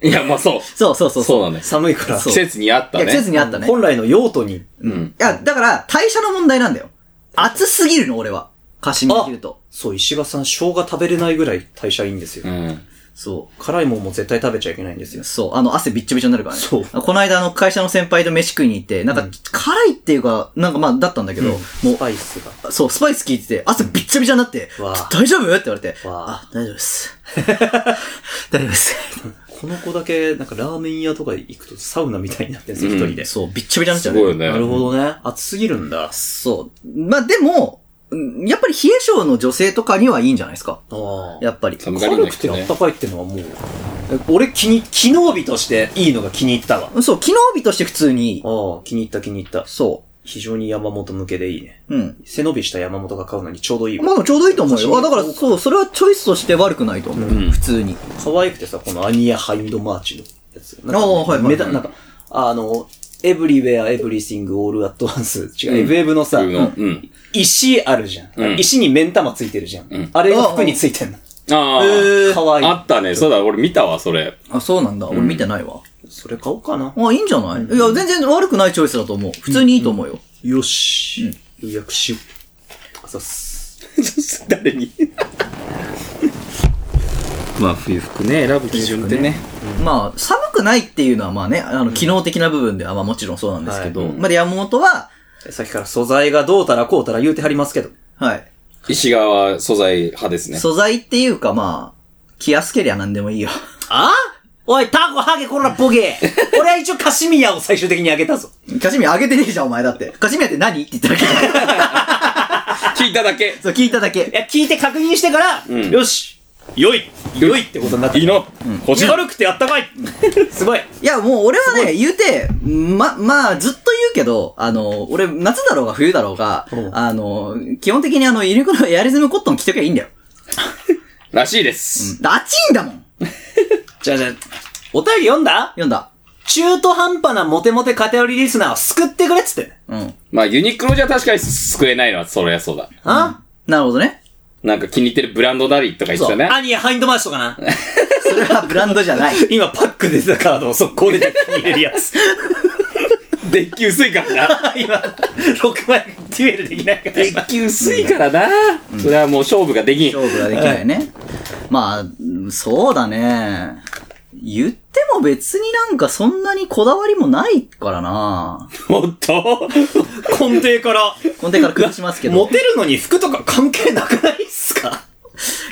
A: え。
C: いや、まあそう。
B: そうそうそう。
C: そう
B: う
C: だね。
A: 寒いから。
B: そ
C: 季
B: う
C: 節に合った
B: いや、季節
C: ね。
B: にあったね。
A: 本来の用途に。
C: うん。
B: いや、だから、代謝の問題なんだよ。暑すぎるの、俺は。カシミヤ切ると。
A: そう、石賀さん、生姜食べれないぐらい代謝いいんですよ。
C: うん。
B: そ
A: 辛いもんも絶対食べちゃいけないんですよ
B: う。。そう。あの、汗びっちょびちょになるからね。
A: そう
B: この間、あの、会社の先輩と飯食いに行って、なんか、辛いっていうか、なんかまあ、だったんだけど、も
A: スパイスが。
B: う、そう、スパイス効いてて、汗びっちょびちょになって、
A: わあ
B: 大丈夫って言われて、
A: わ
B: あ、 <laughs> 大丈夫です。大丈夫です。 <laughs>
A: この子だけ、なんかラーメン屋とか行くとサウナみたいになってるんですよ、
C: うん
A: 一人で。
B: そう、びっちょびちょになっち
C: す
B: ゃうね、
C: ごいよね。
A: なるほどね。暑すぎるんだ。
B: そう。まあ、でも、うんやっぱり冷え性の女性とかにはいいんじゃないですか
A: ああ。
B: やっぱり。
C: 寒がりな
A: 軽くて
C: 人
A: あっ
C: ね
A: た。かいってのはもう、俺気に、機能美としていいのが気に入ったわ。
B: そう、機能美として普通にいい。
A: ああ、気に入った気に入った。
B: そ
A: 非常に山本向けでいいね。
B: う。うん。
A: 背伸びした山本が買うのにちょうどいいわ。
B: まあでもちょうどいいと思うよ。
A: そ
B: あ、
A: う
B: だからそう、それはチョイスとして悪くないと思う。
C: うん
B: 普通に。
A: 可愛くてさ、このアニア・ハイド・マーチのやつ。なんか
B: ああはいはい
A: 目立なんか、あの、エブリウェア、エブリシング、オール・アット・ワンス、違う、エブエブのさ、
C: 冬のうん。
A: 石あるじゃん。
C: うん
A: 石に目ん玉ついてるじゃん。
C: うん
A: あれが服についてんの。
C: ああ。
A: えーかわいい
C: あったね。そうだ、俺見たわ、それ。
B: あ、そうなんだ。俺見てないわ。
A: それ買おうかな。
B: あ、いいんじゃないいや、全然悪くないチョイスだと思う。普通にいいと思うよ。
A: よし。予約しよう。そうっす。
C: 誰に <laughs> まあ、冬服ね、選ぶ基準ってね。
B: まあ、寒くないっていうのはまあね、あの、機能的な部分ではまあもちろんそうなんですけど、
A: はい
C: うん
B: まあ山本は、
A: さっきから素材がどうたらこうたら言うてはりますけど。
B: はい、
C: 石川は素材派ですね。
B: 素材っていうかまあ、着やすけりゃ何でもいいよ。 <laughs>
A: あおい、タコハゲこらボケ <laughs> 俺は一応カシミヤを最終的にあげたぞ。
B: カシミヤあげてねえじゃん、お前だって。カシミヤって何って言っただけ <laughs> じゃん。
C: 聞いただけ。
B: そう、聞いただ
A: い
B: け。
A: や、聞いて確認してから、
C: ん
A: よし良い良いってことになって
C: いいの欲しい。
A: 軽くてあったかいすごい
B: いや、もう俺はね、言うて、ま、まあ、ずっと言うけど、あの、俺、夏だろうが冬だろうが
A: う、ん
B: あの、基本的にあの、ユニクロのエアリズムコットン着ときゃいいんだよ。
C: らしいです。
B: だちいんだもん
A: じゃあじゃあ、お便り読んだ
B: 読んだ。
A: 中途半端なモテモテ偏りリスナーを救ってくれっつってんだよ。
B: うん。
C: まあ、ユニクロじゃ確かに救えないのは、そりゃそうだ。
A: あ
B: なるほどね。
C: なんか気に入ってるブランドなりとか言って
A: そ
C: た
A: う。
C: ね。
A: アニやハインドマーチとかな。
B: それはブランドじゃない。
A: <laughs> 今パックで出たカードを速攻で入れるやつ。 <laughs>
C: <laughs> デッキ薄いからな。
A: 今、6枚デュエル <laughs> できないから。
C: デッキ薄いからな。それはもう勝負ができん。
B: 勝負ができないね。まあうん、そうだね。言っても別になんかそんなにこだわりもないからな。
C: おっと
A: 根底から。
B: 根底から崩しますけ
A: モ
B: ど。
A: テるのに服とか関係なくないっすか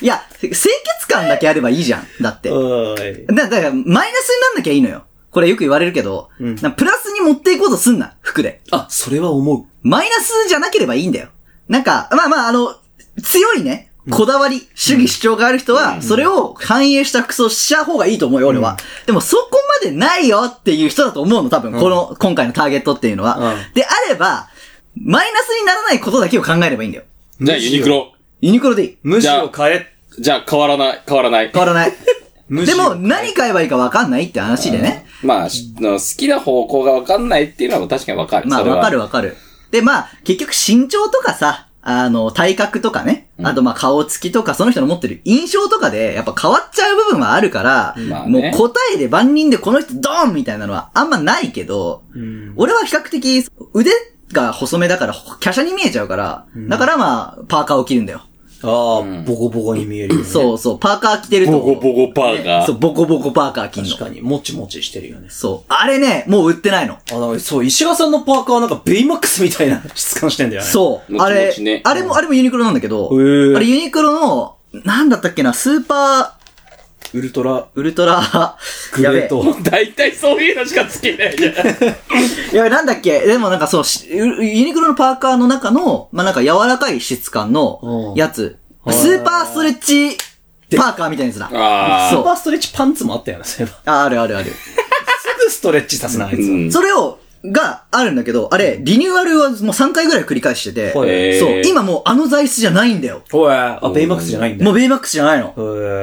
B: いや、清潔感だけあればいいじゃん。だって。だ
A: おーい。
B: だから、マイナスになんなきゃいいのよ。これよく言われるけど、
A: うん
B: なプラスに持っていこうとすんな、服で。
A: あ、それは思
B: マイナスじゃなければいいんだよ。なんか、まあまあ、あの、強いね、こだわり、主義主張がある人は、それを反映した服装しちゃう方がいいと思うよ、俺は。でも、そこまでないよっていう人だと思うの、多分、この、今回のターゲットっていうのは。
A: うん
B: で、あれば、マイナスにならないことだけを考えればいいんだよ。
A: う。
C: じゃあユニク。ロ。
B: ユニクロでいい。
A: 無地
C: じゃあ
A: を変え。
C: じゃあ変わらない、変わらない。
B: 変わらない。
A: <laughs> 無地
B: で
A: を
B: も、何買えばいいかわかんないって話でね。
C: まあ、しの好きな方向がわかんないっていうのは確かにわかる。
B: まあ、
C: それは
B: わかるわかる。で、まあ、結局身長とかさ、あの、体格とかね、あとまあ顔つきとか、その人の持ってる印象とかで、やっぱ変わっちゃう部分はあるから、
C: まあ
B: もう
C: ね
B: 答えで万人でこの人ドーンみたいなのはあんまないけど、
A: うん。
B: 俺は比較的腕が細めだから、華奢に見えちゃうから、だからまあ、パーカーを着るんだよ。
A: ああ、
C: ん
A: ボコボコに見えるよね。
B: そうそう、パーカー着てると。
C: ボコボコパーカー
B: そう、ボコボコパーカー着る
A: 確
B: の。
A: かに、もちもちしてるよね。
B: そう。あれね、もう売ってないの。
A: あ、なんかそう、石川さんのパーカーはなんかベイマックスみたいな質感してんだよね。う。
B: そう。
C: も
B: あ
C: ち
B: れ
C: もちね、
B: あれも、あれもユニクロなんだけど、
A: へー
B: あれユニクロの、なんだったっけな、スーパー、
A: ウルトラ、
B: ウルトラ、
A: <laughs> グレート。
C: 大体そういうのしかつけないじゃん。
B: やべえ。やべえ、なんだっけでもなんかそう、しユユニクロのパーカーの中の、まあ、なんか柔らかい質感の
A: うん
B: やつ。
A: い
B: スーパーストレッチパーカーみたいなやつだ。
C: あー
A: スー
B: そう。
A: パーストレッチパンツもあったよね、そういえ <laughs> ば。
B: ああるあるある。
A: すぐストレッチさせな、あいつは。
B: それを、があるんだけど、あれ、リニューアルはもう3回ぐらい繰り返してて、
A: はい
C: へー
B: そう、今もうあの材質じゃないんだよ。
A: おい。あ、ベイマックスじゃないんだ
B: も
A: よ。
B: うベイマックスじゃないの。
A: へ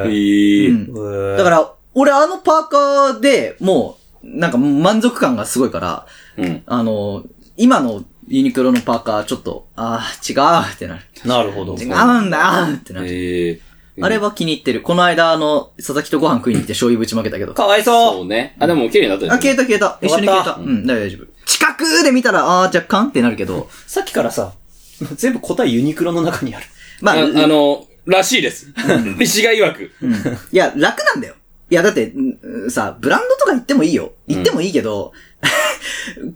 A: ー
C: え
B: うん
C: ー。
A: へ
B: だ
A: ー
B: から、俺あのパーカーでもう、なんか満足感がすごいから、
C: うん。
B: あの、今のユニクロのパーカーちょっと、ああ、違うってなる。
A: なるほど。
B: 違うんだってなる。
C: ええ。
B: あれは気に入ってる。この間、あの、佐々木とご飯食いに行って醤油ぶちまけたけど。
A: かわい
C: そ
A: そう
C: ね。あ、でも綺麗になった
B: あ、消えた消えた。一緒に
A: 終
B: 消え
A: わ
B: た。
A: った
B: うん、大丈夫。近くで見たら、ああ、若干ってなるけど。
A: う。さっきからさ、 <laughs> 全部答えユニクロの中にある。
B: まあ、
C: あ
B: う
C: あ
B: ん
C: の、らしいです。 <laughs> 石が曰く。
B: いや、楽なんだよ。いや、だって、うんさ、ブランドとか行ってもいいよ。行ってもいいけど、 <laughs>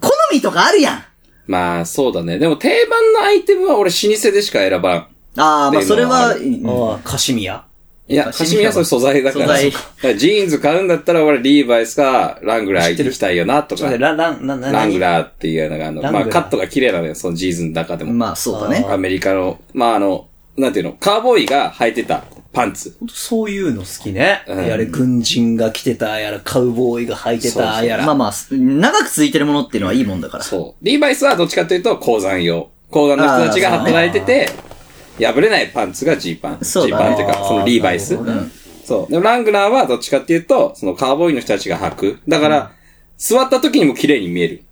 B: 好みとかあるやん。
C: まあ、そうだね。でも定番のアイテムは俺老舗でしか選ばん。
B: ああ、まあ、それは、
C: って
A: ああ、カシミヤ。
C: いいや、カシミヤそう素材だから。
B: 素材
C: だからジーンズ買うんだったら俺リーバイスかラングラー行きたいよなと
A: ちょっ
C: か
A: と待って、。ラン、ラン、ラン、ラ
C: ラン
A: ン
C: グラーっていうのがあの、
A: ラングラ
C: まあ
A: ー
C: カットが綺麗なのよ、そのジーンズの中でも。
B: まあ、そうだね。
C: アメリカの、まああの、なんていうの、カーボーイが履いてたパンツ。
A: そういうの好きね。
C: うん
A: やれ、軍人が着てたやら、カウボーイが履いて
C: そうそ
A: た
C: う
A: やら。
B: まあまあ、長く続いてるものっていうのはいいもんだから。
C: そう。リーバイスはどっちかというと鉱山用。鉱山の人たちが働いてて、破れないパンツがジーパン。ジ
B: そう
C: ー
B: だ
C: パ
B: ね
C: ンっていうか、そのリーバイス。
A: あーなるほどね
C: そう。でもラングラーはどっちかっていうと、そのカーボーイの人たちが履く。だから、座った時にも綺麗に見える。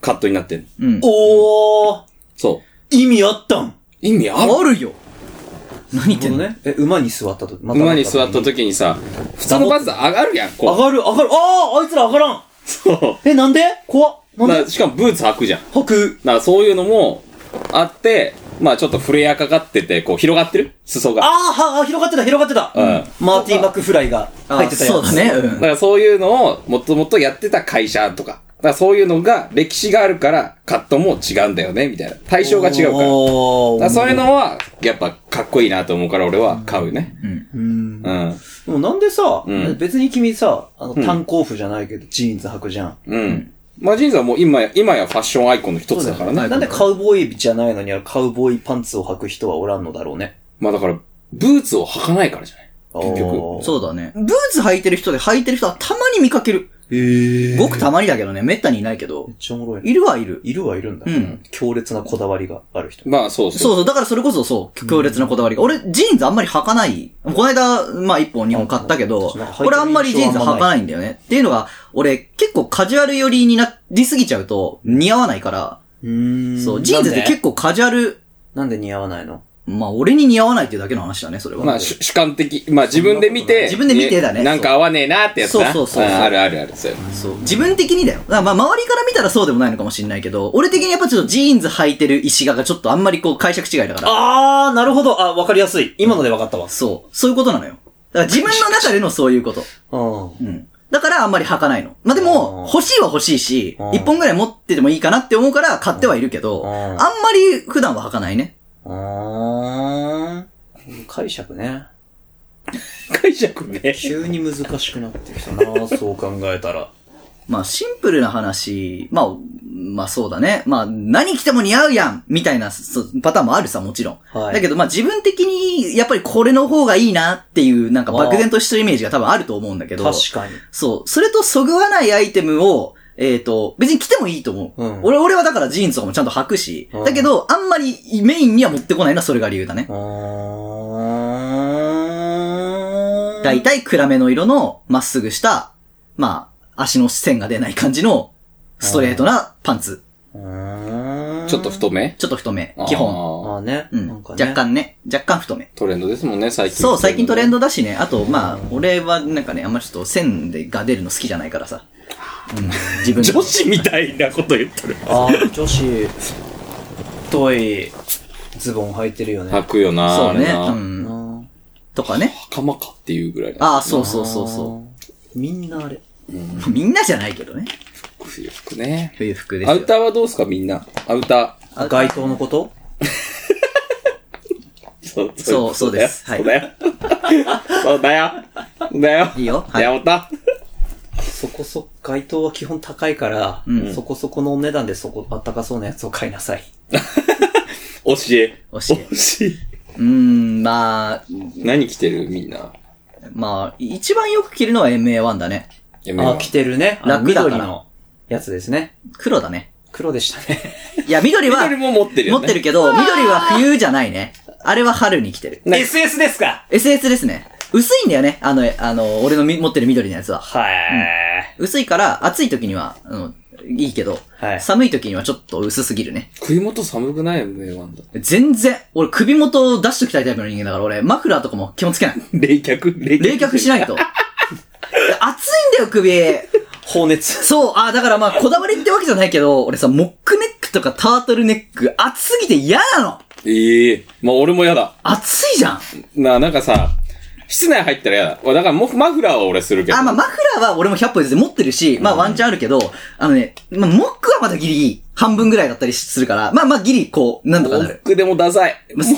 C: カットになってる。
B: うん。
A: おー、
C: そう。
A: 意味あったん
C: 意味ある
B: あるよ何言ってんの
A: ね。え、馬に座ったと、ま
C: 馬に座った時にさ、普通のパンツ上がるやん、
A: 上
C: こ
A: がる、上がる。あー、あいつら上がらん。
C: う。そう。
A: え、なんで怖っ。なん
C: だか
A: で
C: らしかもブーツ履くじゃん。だ
A: 吐く。
C: からそういうのもあって、まあちょっとフレアかかってて、こう広がってる裾が。
A: あー、はあ、広がってた、広がってた。
C: う
A: マーティー・マックフライが入ってたやつ。
B: そうだね。う
C: だ
B: ん。
C: からそういうのをもともとやってた会社とか。だからそういうのが歴史があるからカットも違うんだよね、みたいな。対象が違うから。だ
A: おー
C: からそういうのは、やっぱかっこいいなと思うから俺は買うね。
A: うん。
C: うん。
A: でもなんでさ、
C: うん
A: 別に君さ、あの、炭鉱夫じゃないけど、ジーンズ履くじゃん。
C: うん。マジンズはもう今や、今やファッションアイコンの一つだからね。
A: なんでカウボーイじゃないのに、カウボーイパンツを履く人はおらんのだろうね。
C: まあだから、ブーツを履かないからじゃない結局。
A: おー
B: そうだね。ブーツ履いてる人で履いてる人はたまに見かける。
A: へえ。
B: ごくたまにだけどね、めったにいないけど
A: めっ。ちゃおもろいね。
B: いるはいる。
A: いるはいるんだ。
B: うん
A: 強烈なこだわりがある人。
C: まあそうそう。
B: そうそう、だからそれこそそう、強烈なこだわりが。俺、ジーンズあんまり履かない。この間、まあ一本二本買ったけど
A: そうなんか履いて、る
B: 俺あんまりジーンズ履かないんだよね。っていうのが、俺結構カジュアル寄りになりすぎちゃうと似合わないから、
A: うん
B: そう、ジーンズって結構カジュアル、
A: なんで似合わないの
B: まあ俺に似合わないっていうだけの話だね、それは。
C: まあ主主観的。まあ自分で見て。
B: 自分で見てだね
C: えなんか合わねえなってやつな。
B: そうそうそうそうん
C: あるあるある。そうよ
B: そう。自分的にだよ。だからまあ、周りから見たらそうでもないのかもしれないけど、俺的にやっぱちょっとジーンズ履いてる石ががちょっとあんまりこう解釈違いだから。
A: あー、なるほど。あ、わかりやすい。今のでわかったわ。
B: そう。そういうことなのよ。だから自分の中でのそういうこと。
A: うん。
B: うん。だからあんまり履かないの。まあで
A: う
B: も
A: ん、
B: 欲しいは欲しいし
A: うん、
B: 一本ぐらい持っててもいいかなって思うから買ってはいるけ
A: うん
B: ど、あんまり普段は履かないね。
A: あー。解釈ね。
C: 解釈ね。
A: 急に難しくなってきた <laughs> なそう考えたら。
B: まあシンプルな話、まあ、まあそうだね。まあ何着ても似合うやんみたいなそうパターンもあるさ、もちろん。
A: はい
B: だけどまあ自分的にやっぱりこれの方がいいなっていうなんか漠然としたイメージが多分あると思うんだけど。
A: 確かに。
B: そう。それとそぐわないアイテムを、えっ、と、別に着てもいいと思う。
A: うん
B: 俺、俺はだからジーンズとかもちゃんと履くし、
A: うん
B: だけど、あんまりメインには持ってこないのはそれが理由だね。
A: あ
B: だいたい暗めの色のまっすぐした、まあ、足の線が出ない感じのストレートなパンツ。
C: ちょっと太め
B: ちょっと太め、基本。
A: ま
C: あー
A: あね。
B: うん。
A: なんかね
B: 若。干ね。若干太め。
C: トレンドですもんね、最近。
B: そう、最近トレンドだしね。あと、まあ、俺はなんかね、あんまりちょっと線でが出るの好きじゃないからさ。うん、自分で
C: 女子みたいなこと言ってる。
A: あー、女子、太いズボン履いてるよね。
C: 履くよな
B: そうね。
C: あれな
B: うん。
A: あ
B: とかね。
C: 袴かっていうぐらい
B: ああ、そうそうそうそ
A: う。
B: う。
A: みんなあれ。
B: みんなじゃないけどね。
C: 冬服ね。
B: 冬服です
C: ア
B: よ。
C: ウターはどうすかみんな。アウタ
B: あ
A: 街灯のこと
C: ー。そう、
B: そうそうです
C: そうだよ。 <laughs> そうだよ。そうだよ。
B: いいよ。は
C: だ
B: い。
C: よ、おた。
A: そこそ、街灯は基本高いから、
B: うん
A: そこそこのお値段でそこ、あったかそうなやつを買いなさい。
C: 教え。
B: 教え
C: 教え。
B: うーん、まあ、
C: 何着てるみんな。
B: まあ、一番よく着るのは MA1 だね。
A: あ、
C: MA1
A: 着てるね。あの
B: 楽だから
A: 緑のやつですね。
B: 黒だね。
A: 黒でしたね。
B: いや、緑は、
C: 緑も持ってるよ
B: 持
C: ね。
B: ってるけど、緑は冬じゃないね。あれは春に着てる。
A: <laughs>
C: ね
A: SS ですか
B: SS ですね。薄いんだよね。あの、えあの、俺のみ持ってる緑のやつは。
A: はい、
B: 薄いから、暑い時には、あの、いいけど、
A: はい
B: 寒い時にはちょっと薄すぎるね。
C: 首元寒くない ?MA1 だ。
B: 全然、俺首元を出しときたいタイプの人間だから、俺、マフラーとかも気をつけない。
C: 冷却冷却
B: 冷却しないと。暑いんだよ、首。
A: 放熱。
B: そう、あ、だからまあ、こだわりってわけじゃないけど、俺さ、モックネックとかタートルネック、暑すぎて嫌なの
C: ええまあ俺もやだ。
B: 暑いじゃん
C: な、なんかさ、室内入ったらやだ。だからもうマフラーは俺するけど。
B: あ、まあ、マフラーは俺も100歩譲って持ってるし、まあ、ワンチャンあるけど、あのね、まあ、モックはまだギリ、半分ぐらいだったりするから、まあまあ、ギリ、こう、なんとか
C: モ
B: な
C: ッ
B: る。
C: クでもダサい。モッ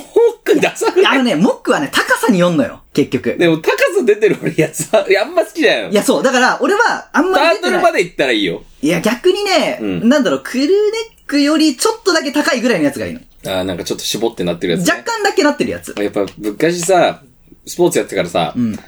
C: クダサく
B: <laughs> あ
C: ない
B: のね、モックはね、高さによんのよ、結局。
C: でも高さ出てる俺やつは、いやあんま好きじゃない
B: い
C: よ。
B: や、そう。だから、俺は、あん
C: タ
B: まり
C: ー
B: 出
C: ト
B: て
C: ルま
B: な
C: で
B: い。
C: 行ったらいいよ。
B: いや、逆にね、
C: うん
B: なんだろう、クルーネックよりちょっとだけ高いぐらいのやつがいいの。
C: あーなんかちょっと絞ってなってるやつ、
B: 若
C: ね。
B: 干だけなってるやつ。
C: やっぱ、昔さ、スポーツやってからさ、
B: うん。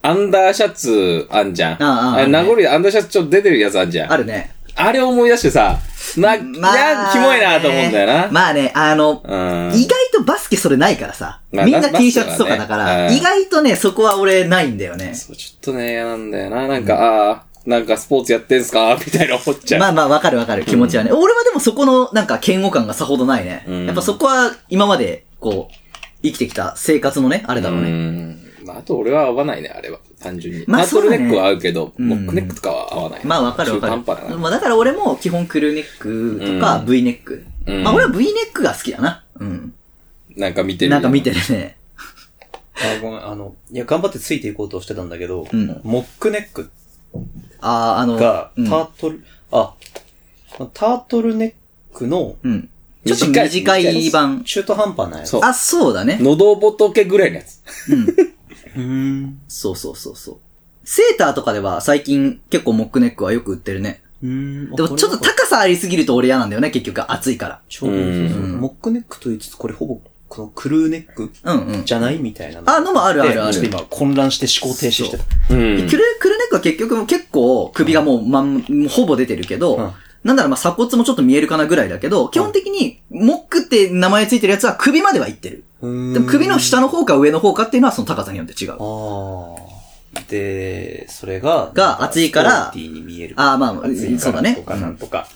C: アンダーシャツあんじゃん。
B: ああああ
C: れ名残でアンダーシャツちょっと出てるやつあんじゃん。
B: あるね。
C: あれ思い出してさ、ま、いや、キモいなと思うんだよな。
B: まあね、あの、
C: うん。
B: 意外とバスケそれないからさ。
C: まあ
B: みんな
C: バ
B: T シャツとかだ
C: バス
B: か
C: ケは
B: ら、
C: ね
B: 意外とね、そこは俺ないんだよね。
C: そう、ちょっとね、嫌なんだよな。なんか、ああ、なんかスポーツやってんすかみ <laughs> たいな思っちゃう。
B: まあまあ、わかるわかる気持ちはね。俺はでもそこの、なんか、嫌悪感がさほどないね。
C: うん
B: やっぱそこは、今まで、こう、生きてきた生活のね、あれだろう
C: う
B: ね。
C: ん。まあ、あと俺は合わないね、あれは。単純に。
B: まあ
C: タートルネ
B: そう
C: ッ
B: だね
C: クは合うけど、
B: うん
C: モックネックとかは合わない。
B: まあわかるわか
C: 中途半端
B: る。
C: だ
B: まあだから俺も基本クルーネックとか
C: うん
B: V ネック。
C: うん
B: まあ俺は V ネックが好きだな。うん。
C: な。なんか見てる。
B: なんか見て。るね。
A: あ、ごめん、あの、いや、頑張ってついていこうとしてたんだけど、
B: うん
A: モックネック
B: ああ、あの、
A: が、
B: うん
A: タートル、あ、タートルネックの
B: うん。ちょっと短い版。
A: 中途半端なやつ。
C: そう
B: あ、そうだね。
C: 喉仏ぐらいのやつ。
A: うん。
B: そうそうそうそう。セーターとかでは最近結構モックネックはよく売ってるね。
A: うん。
B: でもちょっと
A: た
B: 高さありすぎると俺嫌なんだよね、結局暑いか
A: ちょうどいいそうそう
B: うん
A: モックネックと言いつつ、これほぼ、このクルーネック
B: ら。うんうん。
A: じゃないみたいな。
B: あのもあるあるある
A: ちょっと今混乱して思考停止してた。
C: うん
B: クルクルネックは結局もう結構首がもう、まん、もうほぼ出てるけど、
A: うん
B: なんならまあ鎖骨もちょっと見えるかなぐらいだけど、基本的にモックって名前ついてるやつは首まではいってる。で
A: で
B: も首の。下の方か上の方かっていうのはその高さによって違う。あ
A: ああ。で、それが、
B: が熱いか
A: ス
B: ら
A: ポーティーに見える。
B: あー、まあ、
A: 熱いから
B: そうだね
A: と。かなんとか。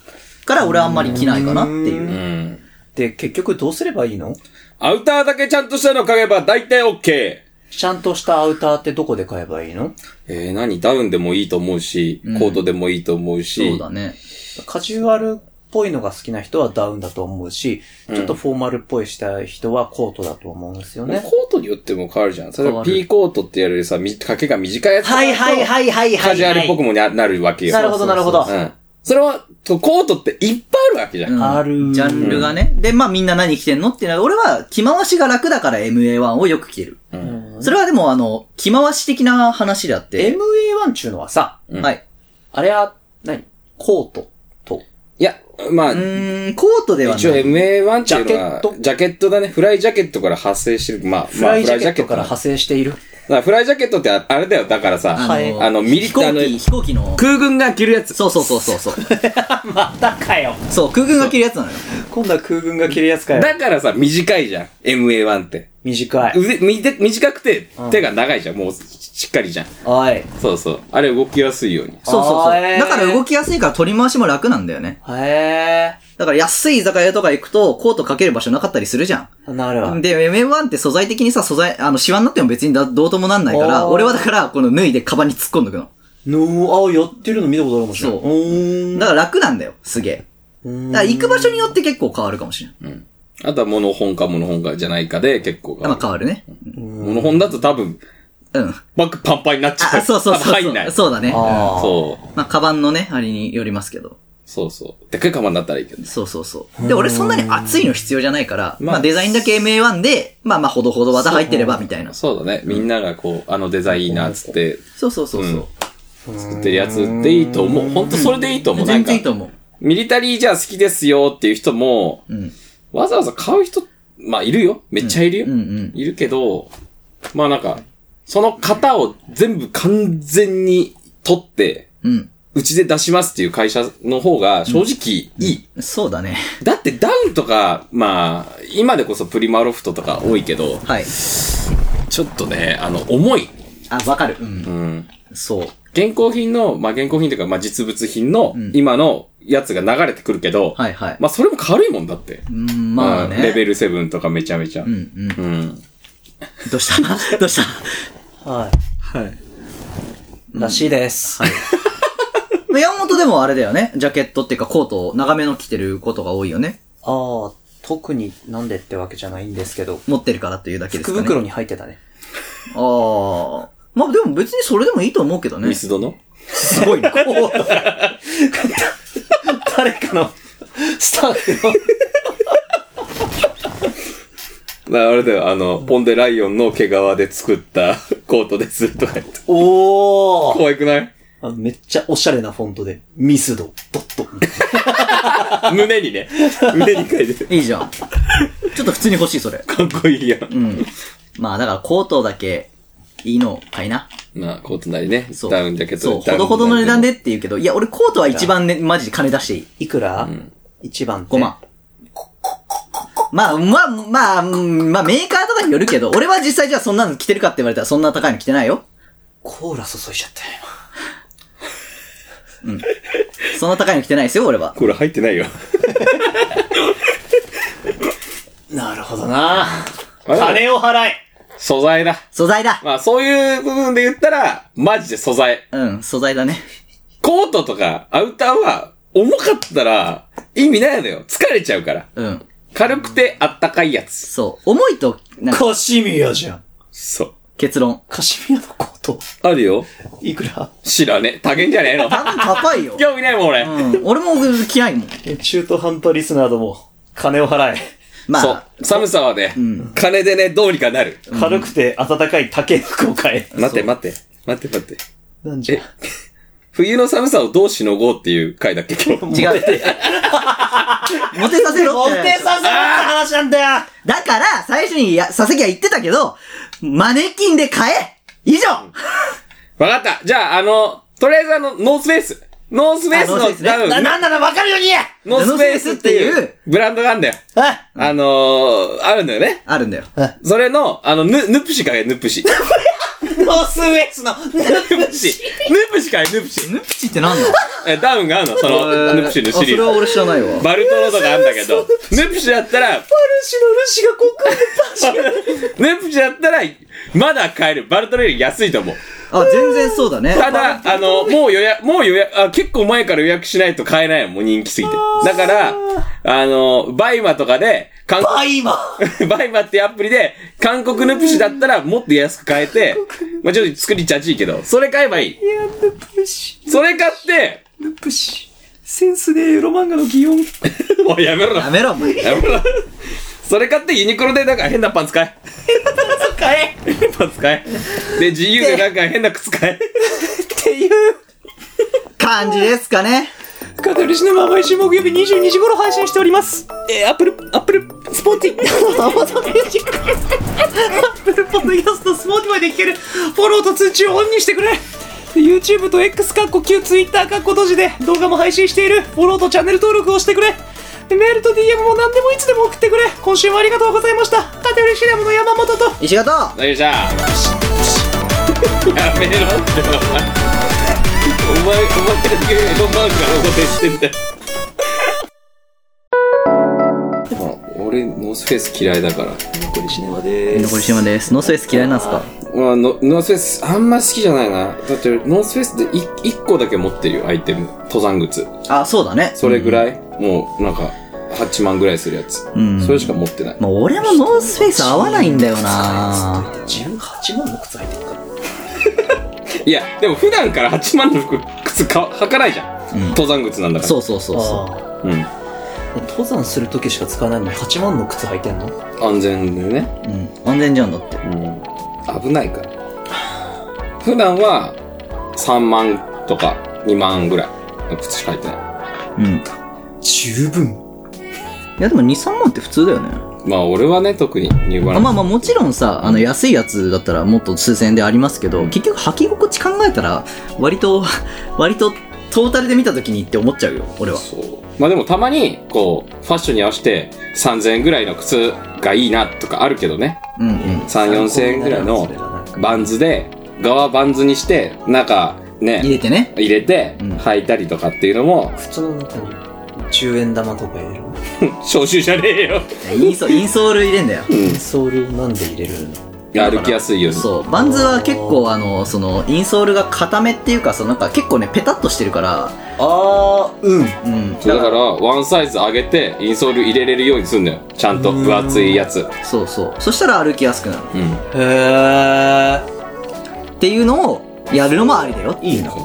B: から俺はあんまり着ないかなっていうう。
C: ん。
A: で、結局どうすればいいの
C: アウターだけちゃんとしたの買えば大体 OK! え
A: ちゃんとしたアウターってどこで買えばいいの
C: ー、何ダウンでもいいと思うし、
B: うん
C: コートでもいいと思うし、
B: そうだね。
A: カジュアルっぽいのが好きな人はダウンだと思うし、ちょっとフォーマルっぽいした人はコートだと思うんですよね。
C: コートによっても変わるじゃん。それ
B: 変わる
C: P コートってやるさ、み丈が短いやつ
A: はいはいはいはいはい。
C: カジュアルっぽくもななるわけよ。
A: なるほどなるほど。
C: うん。それは、とコートっていっぱいあるわけじゃん。
B: うん
A: ある
B: ジャンルがね。で、まあみんな何着てんのっていうのは、俺は着回しが楽だから MA1 をよく着てる。
A: うん
B: それはでもあの、着回し的な話であって。
A: MA1 ちゅうのはさ、
C: うん
B: はい。
A: あれは何、コートと。
C: いや、まあ、
B: うーん、コートではない。
C: 一応 MA1 っていうの
A: ジャケッ
C: は、
A: ト
C: ジャケットだね。フライジャケットから発生してる。まあ、
A: フライジャケットから
C: まあ
A: 派生している。
C: フライジャケットだからフライジャケットってああれだよ。だからさ、
A: はい
C: あの、ミリ
B: 飛行
C: あの
B: 機、飛行機の。
C: 空軍が着るやつ。
B: そうそうそうそうそう。
A: またかよ。
B: そう、空軍が着るやつなの
C: <laughs>
B: よ。
A: 今度は空軍が着るやつかよ。
C: だからさ、短いじゃん。MA1 って。
A: 短い。
C: 腕、みで短くて
A: うん、
C: 手が長いじゃん。もう、しっかりじゃん。
A: おい。
C: そうそう。あれ動きやすいように。
B: そうそうそう。
A: あーえー
B: だから動きやすいから取り回しも楽なんだよね。
A: へ
B: だから安い居酒屋とか行くと、コートかける場所なかったりするじゃ
A: え。なるわ。
B: ん。で、MM1 って素材的にさ、素材、あの、シワになっても別にだどうともなんないから、
A: おー
B: 俺はだから、この脱いでカバンに突っ込んどくの。
A: のあ、やってるの見たことあるかもしれない。
B: そう
A: ーん
B: だから楽なんだよ、すげえ。
A: うーん
B: だから行く場所によって結構変わるかもしれない。
C: うん。あとはモノ本かモノ本かじゃないかで結構変
B: ま
C: わ
B: あ
C: る。
B: 変わるね。
C: モノ本だと多分、
B: うん。
C: バッグパンパンになっちゃう。
B: あ、そうそうそう
C: あ <laughs> 入
B: そ
C: んな
B: う。
C: い。
B: そうだね。うん
A: あー
C: そう。
B: まあ、カバンのね、あれによりますけど。
C: そうそう。でっかいカバンだったらいいけど。
B: そうそうそう。で、俺そんなに熱いの必要じゃないから、
C: まあ
B: まあデザインだけ MA1 で、まあまあほどほど技入ってればみたいな。
C: そうだね。みんながこう、あのデザインいいなっつって
B: そうそうそうそう。
C: 作ってるやつでいいと思う。ほんとそれでいいと思う。なん
B: 全
C: か
B: 然いい、と思う。
C: ミリタリーじゃあ好きですよっていう人も、
B: うん。
C: わざわざ買う人、まあいるよ。めっちゃいるよ
B: うんう。ん。
C: いるけど、まあなんか、その型を全部完全に取って、
B: うん。
C: うちで出しますっていう会社の方が正直いい。
B: そう
C: <laughs>
B: だね。
C: だってダウンとか、まあ、今でこそプリマロフトとか多いけど、
B: はい。
C: ちょっとね、あの、重い。
B: あ、わかる。う。
C: うんん。
B: そう。
C: 現行品の、まあ、現行品というか、まあ、実物品の
B: うん、
C: 今のやつが流れてくるけど、
B: はいはい。
C: まあ、それも軽いもんだって。
B: うん、まあ
C: うん
B: ね。
C: レベル7とかめちゃめちゃ。う
B: うん
C: ん。
B: うん。どうしたどうした <laughs>
A: はい。
C: はい。
A: らしいです。
B: 山本でもあれだよね。ジャケットっていうかコートを長めの着てることが多いよね。
A: ああ、特になんでってわけじゃないんですけど、
B: 持ってるからっていうだけです
A: 福
B: かね。
A: 袋に入って <laughs> たね。
B: ああ。まあでも別にそれでもいいと思うけどね
C: ミ。スドの
B: すごいな。
A: <laughs> 誰かの、スタッフの。
C: まあ、あれだよ、あの、ポンデライオンの毛皮で作ったコートですとか言って。
A: おー
C: 怖くない
A: あめっちゃおしゃれなフォントで、ミスド、ドット。
C: 胸にね。胸に書いてる。
B: <laughs> いいじゃん。ちょっと普通に欲しい、それ。
C: かっこいいやん。
B: うん。まあだからコートだけいいの買いな。
C: まあ、コートなりね。
B: そう。
C: ダウンジャケッ
B: そう、
C: ト
B: ほどほどの値段
C: で。
B: でって言うけど、いや俺コートは一番ね、マジで金出していい。
A: いくら
C: ん
A: 一、番って。
B: 5万。まあ、まあ、まあ、うんまあ、メーカーとかによるけど、俺は実際じゃあそんなの着てるかって言われたらそんな高いの着てないよ。
A: コーラ注いちゃったよ。
B: そんな高いの着てないですよ、俺は。
C: これ入ってないよ。
A: なるほどな
C: あれ
A: 金を払え
C: 素材だ。
B: 素材だ
C: まあ、そういう部分で言ったら、マジで素材。
B: うん、素材だね。
C: コートとか、アウターは、重かったら、意味ないのよ。疲れちゃうから。
B: うん。
C: 軽くてあったかいやつ。
B: そう。重いと、なんか
A: カシミヤじゃん。
C: そう。
B: 結論。
A: カシミヤのコート、
C: あるよ。
A: いくら
C: 知らねえ。多んじゃねえ
B: <laughs>
C: の。
B: 多分高いよ。
C: 興味ないもん、俺。
B: うん。俺も着ないもん。
A: え中途半端リスナーども、金を払え。
B: ま
C: そう
B: あ、。
C: 寒さはね、金でね、どうにかなる。
A: 軽くて暖かい竹服を買え。
C: 待って待って。待って待って。
A: なんじゃ
C: え。冬の寒さをどうしのごうっていう回だっけ、今日。 <laughs>
B: 違う。モテさせろっ
A: モ
B: て。
A: テさせろって話なんだよ
B: だから、最初にや、佐々木は言ってたけど、マネキンで買え以上
C: わかった。じゃあ、あの、とりあえずあの、ノースペース。ノースペース
B: あノー
C: の
B: スペー
C: ダ
B: ス
C: ウン。
A: な、なんならわかるように言え
C: ノースペースってい
B: ノースペースっていう
C: うブランドがあるんだよ。
A: あ
C: あのー、あるんだよね。
B: あるんだよ。
C: それの、あの、ヌ、ヌプシかけ、ヌプ
B: <laughs>
C: シ。ヌ
A: ノースウェイスの、
C: プシ。ヌプシかけ、ヌプシ。
B: ヌプチってなんだ
C: えダウンがあるの、
B: <laughs>
C: その、 <laughs> ヌプシのシリ
B: それ
C: ー
B: は
C: ズ。
B: 俺知らない <laughs> わ。
C: バルトロとかあるんだけど、ヌプシだったら、
A: パルシのルシがここでパシ
C: ヌプシだったら、まだ買える。バルトロより安いと思う。
B: あ、全然そうだね。
C: ただ、あの、もう予約、もう予約、あ結構前から予約しないと買えないもん、人気すぎて。だから、あの、バイマとかで、韓
A: あ、今
C: 国、 <laughs> バイマってアプリで、韓国ヌプシだったらもっと安く買えて、まあちょっと作りちゃちいけど、それ買えばいい。
A: いや、ヌプシ、
C: それ買って、 <laughs>
A: ヌプシ。センスでエロ漫画の擬 <laughs> 音。
C: もうやめろ。
B: やめろ、お前。
C: やめろ。それ買ってユニクロでなんか変なパン使え。
A: 使えっ
C: 変なパン使え。で、自由でなんか変な靴買え。
A: ていう。
B: 感じですかね。
A: カトリシのま毎週木曜日22時頃配信しております。えー、アップル、アップル、スポーティ、 <laughs> アップルポッドキャスト、スポーティまで聞ける、フォローと通知をオンにしてくれ YouTube と X かっこ Q、Twitter かっこ閉じで動画も配信している、フォローとチャンネル登録をしてくれメールと DM も何でもいつでも送ってくれ今週もありがとうございましたカテリシナムの山本と
B: 石形
C: よいしょやめろってお前お前お前だけエロマークが固定してんだよ俺ノースフェイス嫌いだから、
A: カテリシネマで
B: 残り島です。ノースウェイス嫌いなんすか
C: まあ、ノノースフェイスあんま好きじゃないなだってノースフェイスで 1, 個だけ持ってるよアイテム登山靴
B: あ、そうだね。
C: それぐらい、もうなんか8万ぐらいするやつ、
B: うん
C: それしか持ってない
B: まあ、俺もノースフェイス合わないんだよな
A: 18万の靴履いてるから
C: いやでも普段から8万の服靴か履かないじゃん、登山靴なんだから
B: そうそうそうそ
C: うん
A: 登山するときしか使わないのに8万の靴履いてんの
C: 安全だよね
B: う。うん。安全じゃんだって。
C: うん、危ないから。普段は3万とか2万ぐらいの靴しか履いてない。
B: うん。
A: 十分
B: いやでも2、3万って普通だよね。
C: まあ俺はね、特にニューバラ
B: あ
C: ンス。
B: まあまあもちろんさ、あの安いやつだったらもっと数千円でありますけど、結局履き心地考えたら、割と、 <laughs> 割とトータルで見た時にって思っちゃうよ、俺は。
C: そう。まあでもたまに、こう、ファッションに合わせて3000円ぐらいの靴がいいなとかあるけどね。
B: うんうん。
C: 3、4000円ぐらいのバンズで、側バンズにして、中
B: 入
C: ね、
B: れてね。
C: 入れて
B: うん
C: 履いたりとかっていうのも、
A: 普通の中に10円玉とか入れる
C: 消臭じゃねえよ。
B: インソインソール入れんだよ。
A: ソールをなんで入れるの
C: 歩きやすいように。
B: そう。バンズは結構あの、その、インソールが固めっていうか、そのなんか結構ね、ペタッとしてるから、
A: あーうん
B: うん。
C: そうだから、ワンサイズ上げて、インソール入れれるようにするんだよ。ちゃんと、
A: うん
C: 分厚いやつ。
B: そうそう。そしたら歩きやすくなる。
C: うん。
A: へえ
B: っていうのを、やるのもありだよ。
A: いいななんか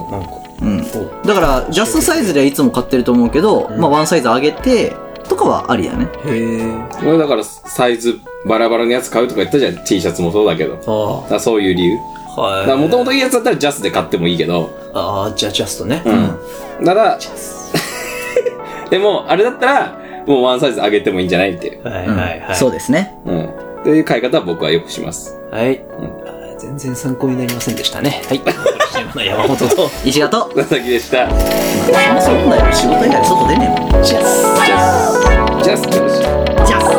B: うん。
A: こう
B: だから、ジャストサイズではいつも買ってると思うけど、
A: うん
B: まあ、ワンサイズ上げて、とかはありだね。
A: へえ。
C: 俺だからサイズバラバラのやつ買うとか言ったじゃん T シャツもそうだけどだか
A: あ
C: らそういう理由
A: あ。はい。
C: もともといいやつだったらジャスで買ってもいいけど
A: ああ、じゃあジャストね。
C: うんただでもあれだったらもうワンサイズ上げてもいいんじゃないっていう、
A: はい
B: うん
A: はいはい。
B: そうですね。
C: うん、っていう買い方は僕はよくします
A: はい、あ
C: ん
A: ー全然参考になりませんでしたね。はい。山本と、
B: 石形。そ
C: 佐々木でした
B: もそもだよ。仕事以外で外出ねえもん。
A: ジャス。
C: ジャスジャスってほしい
B: じゃあ。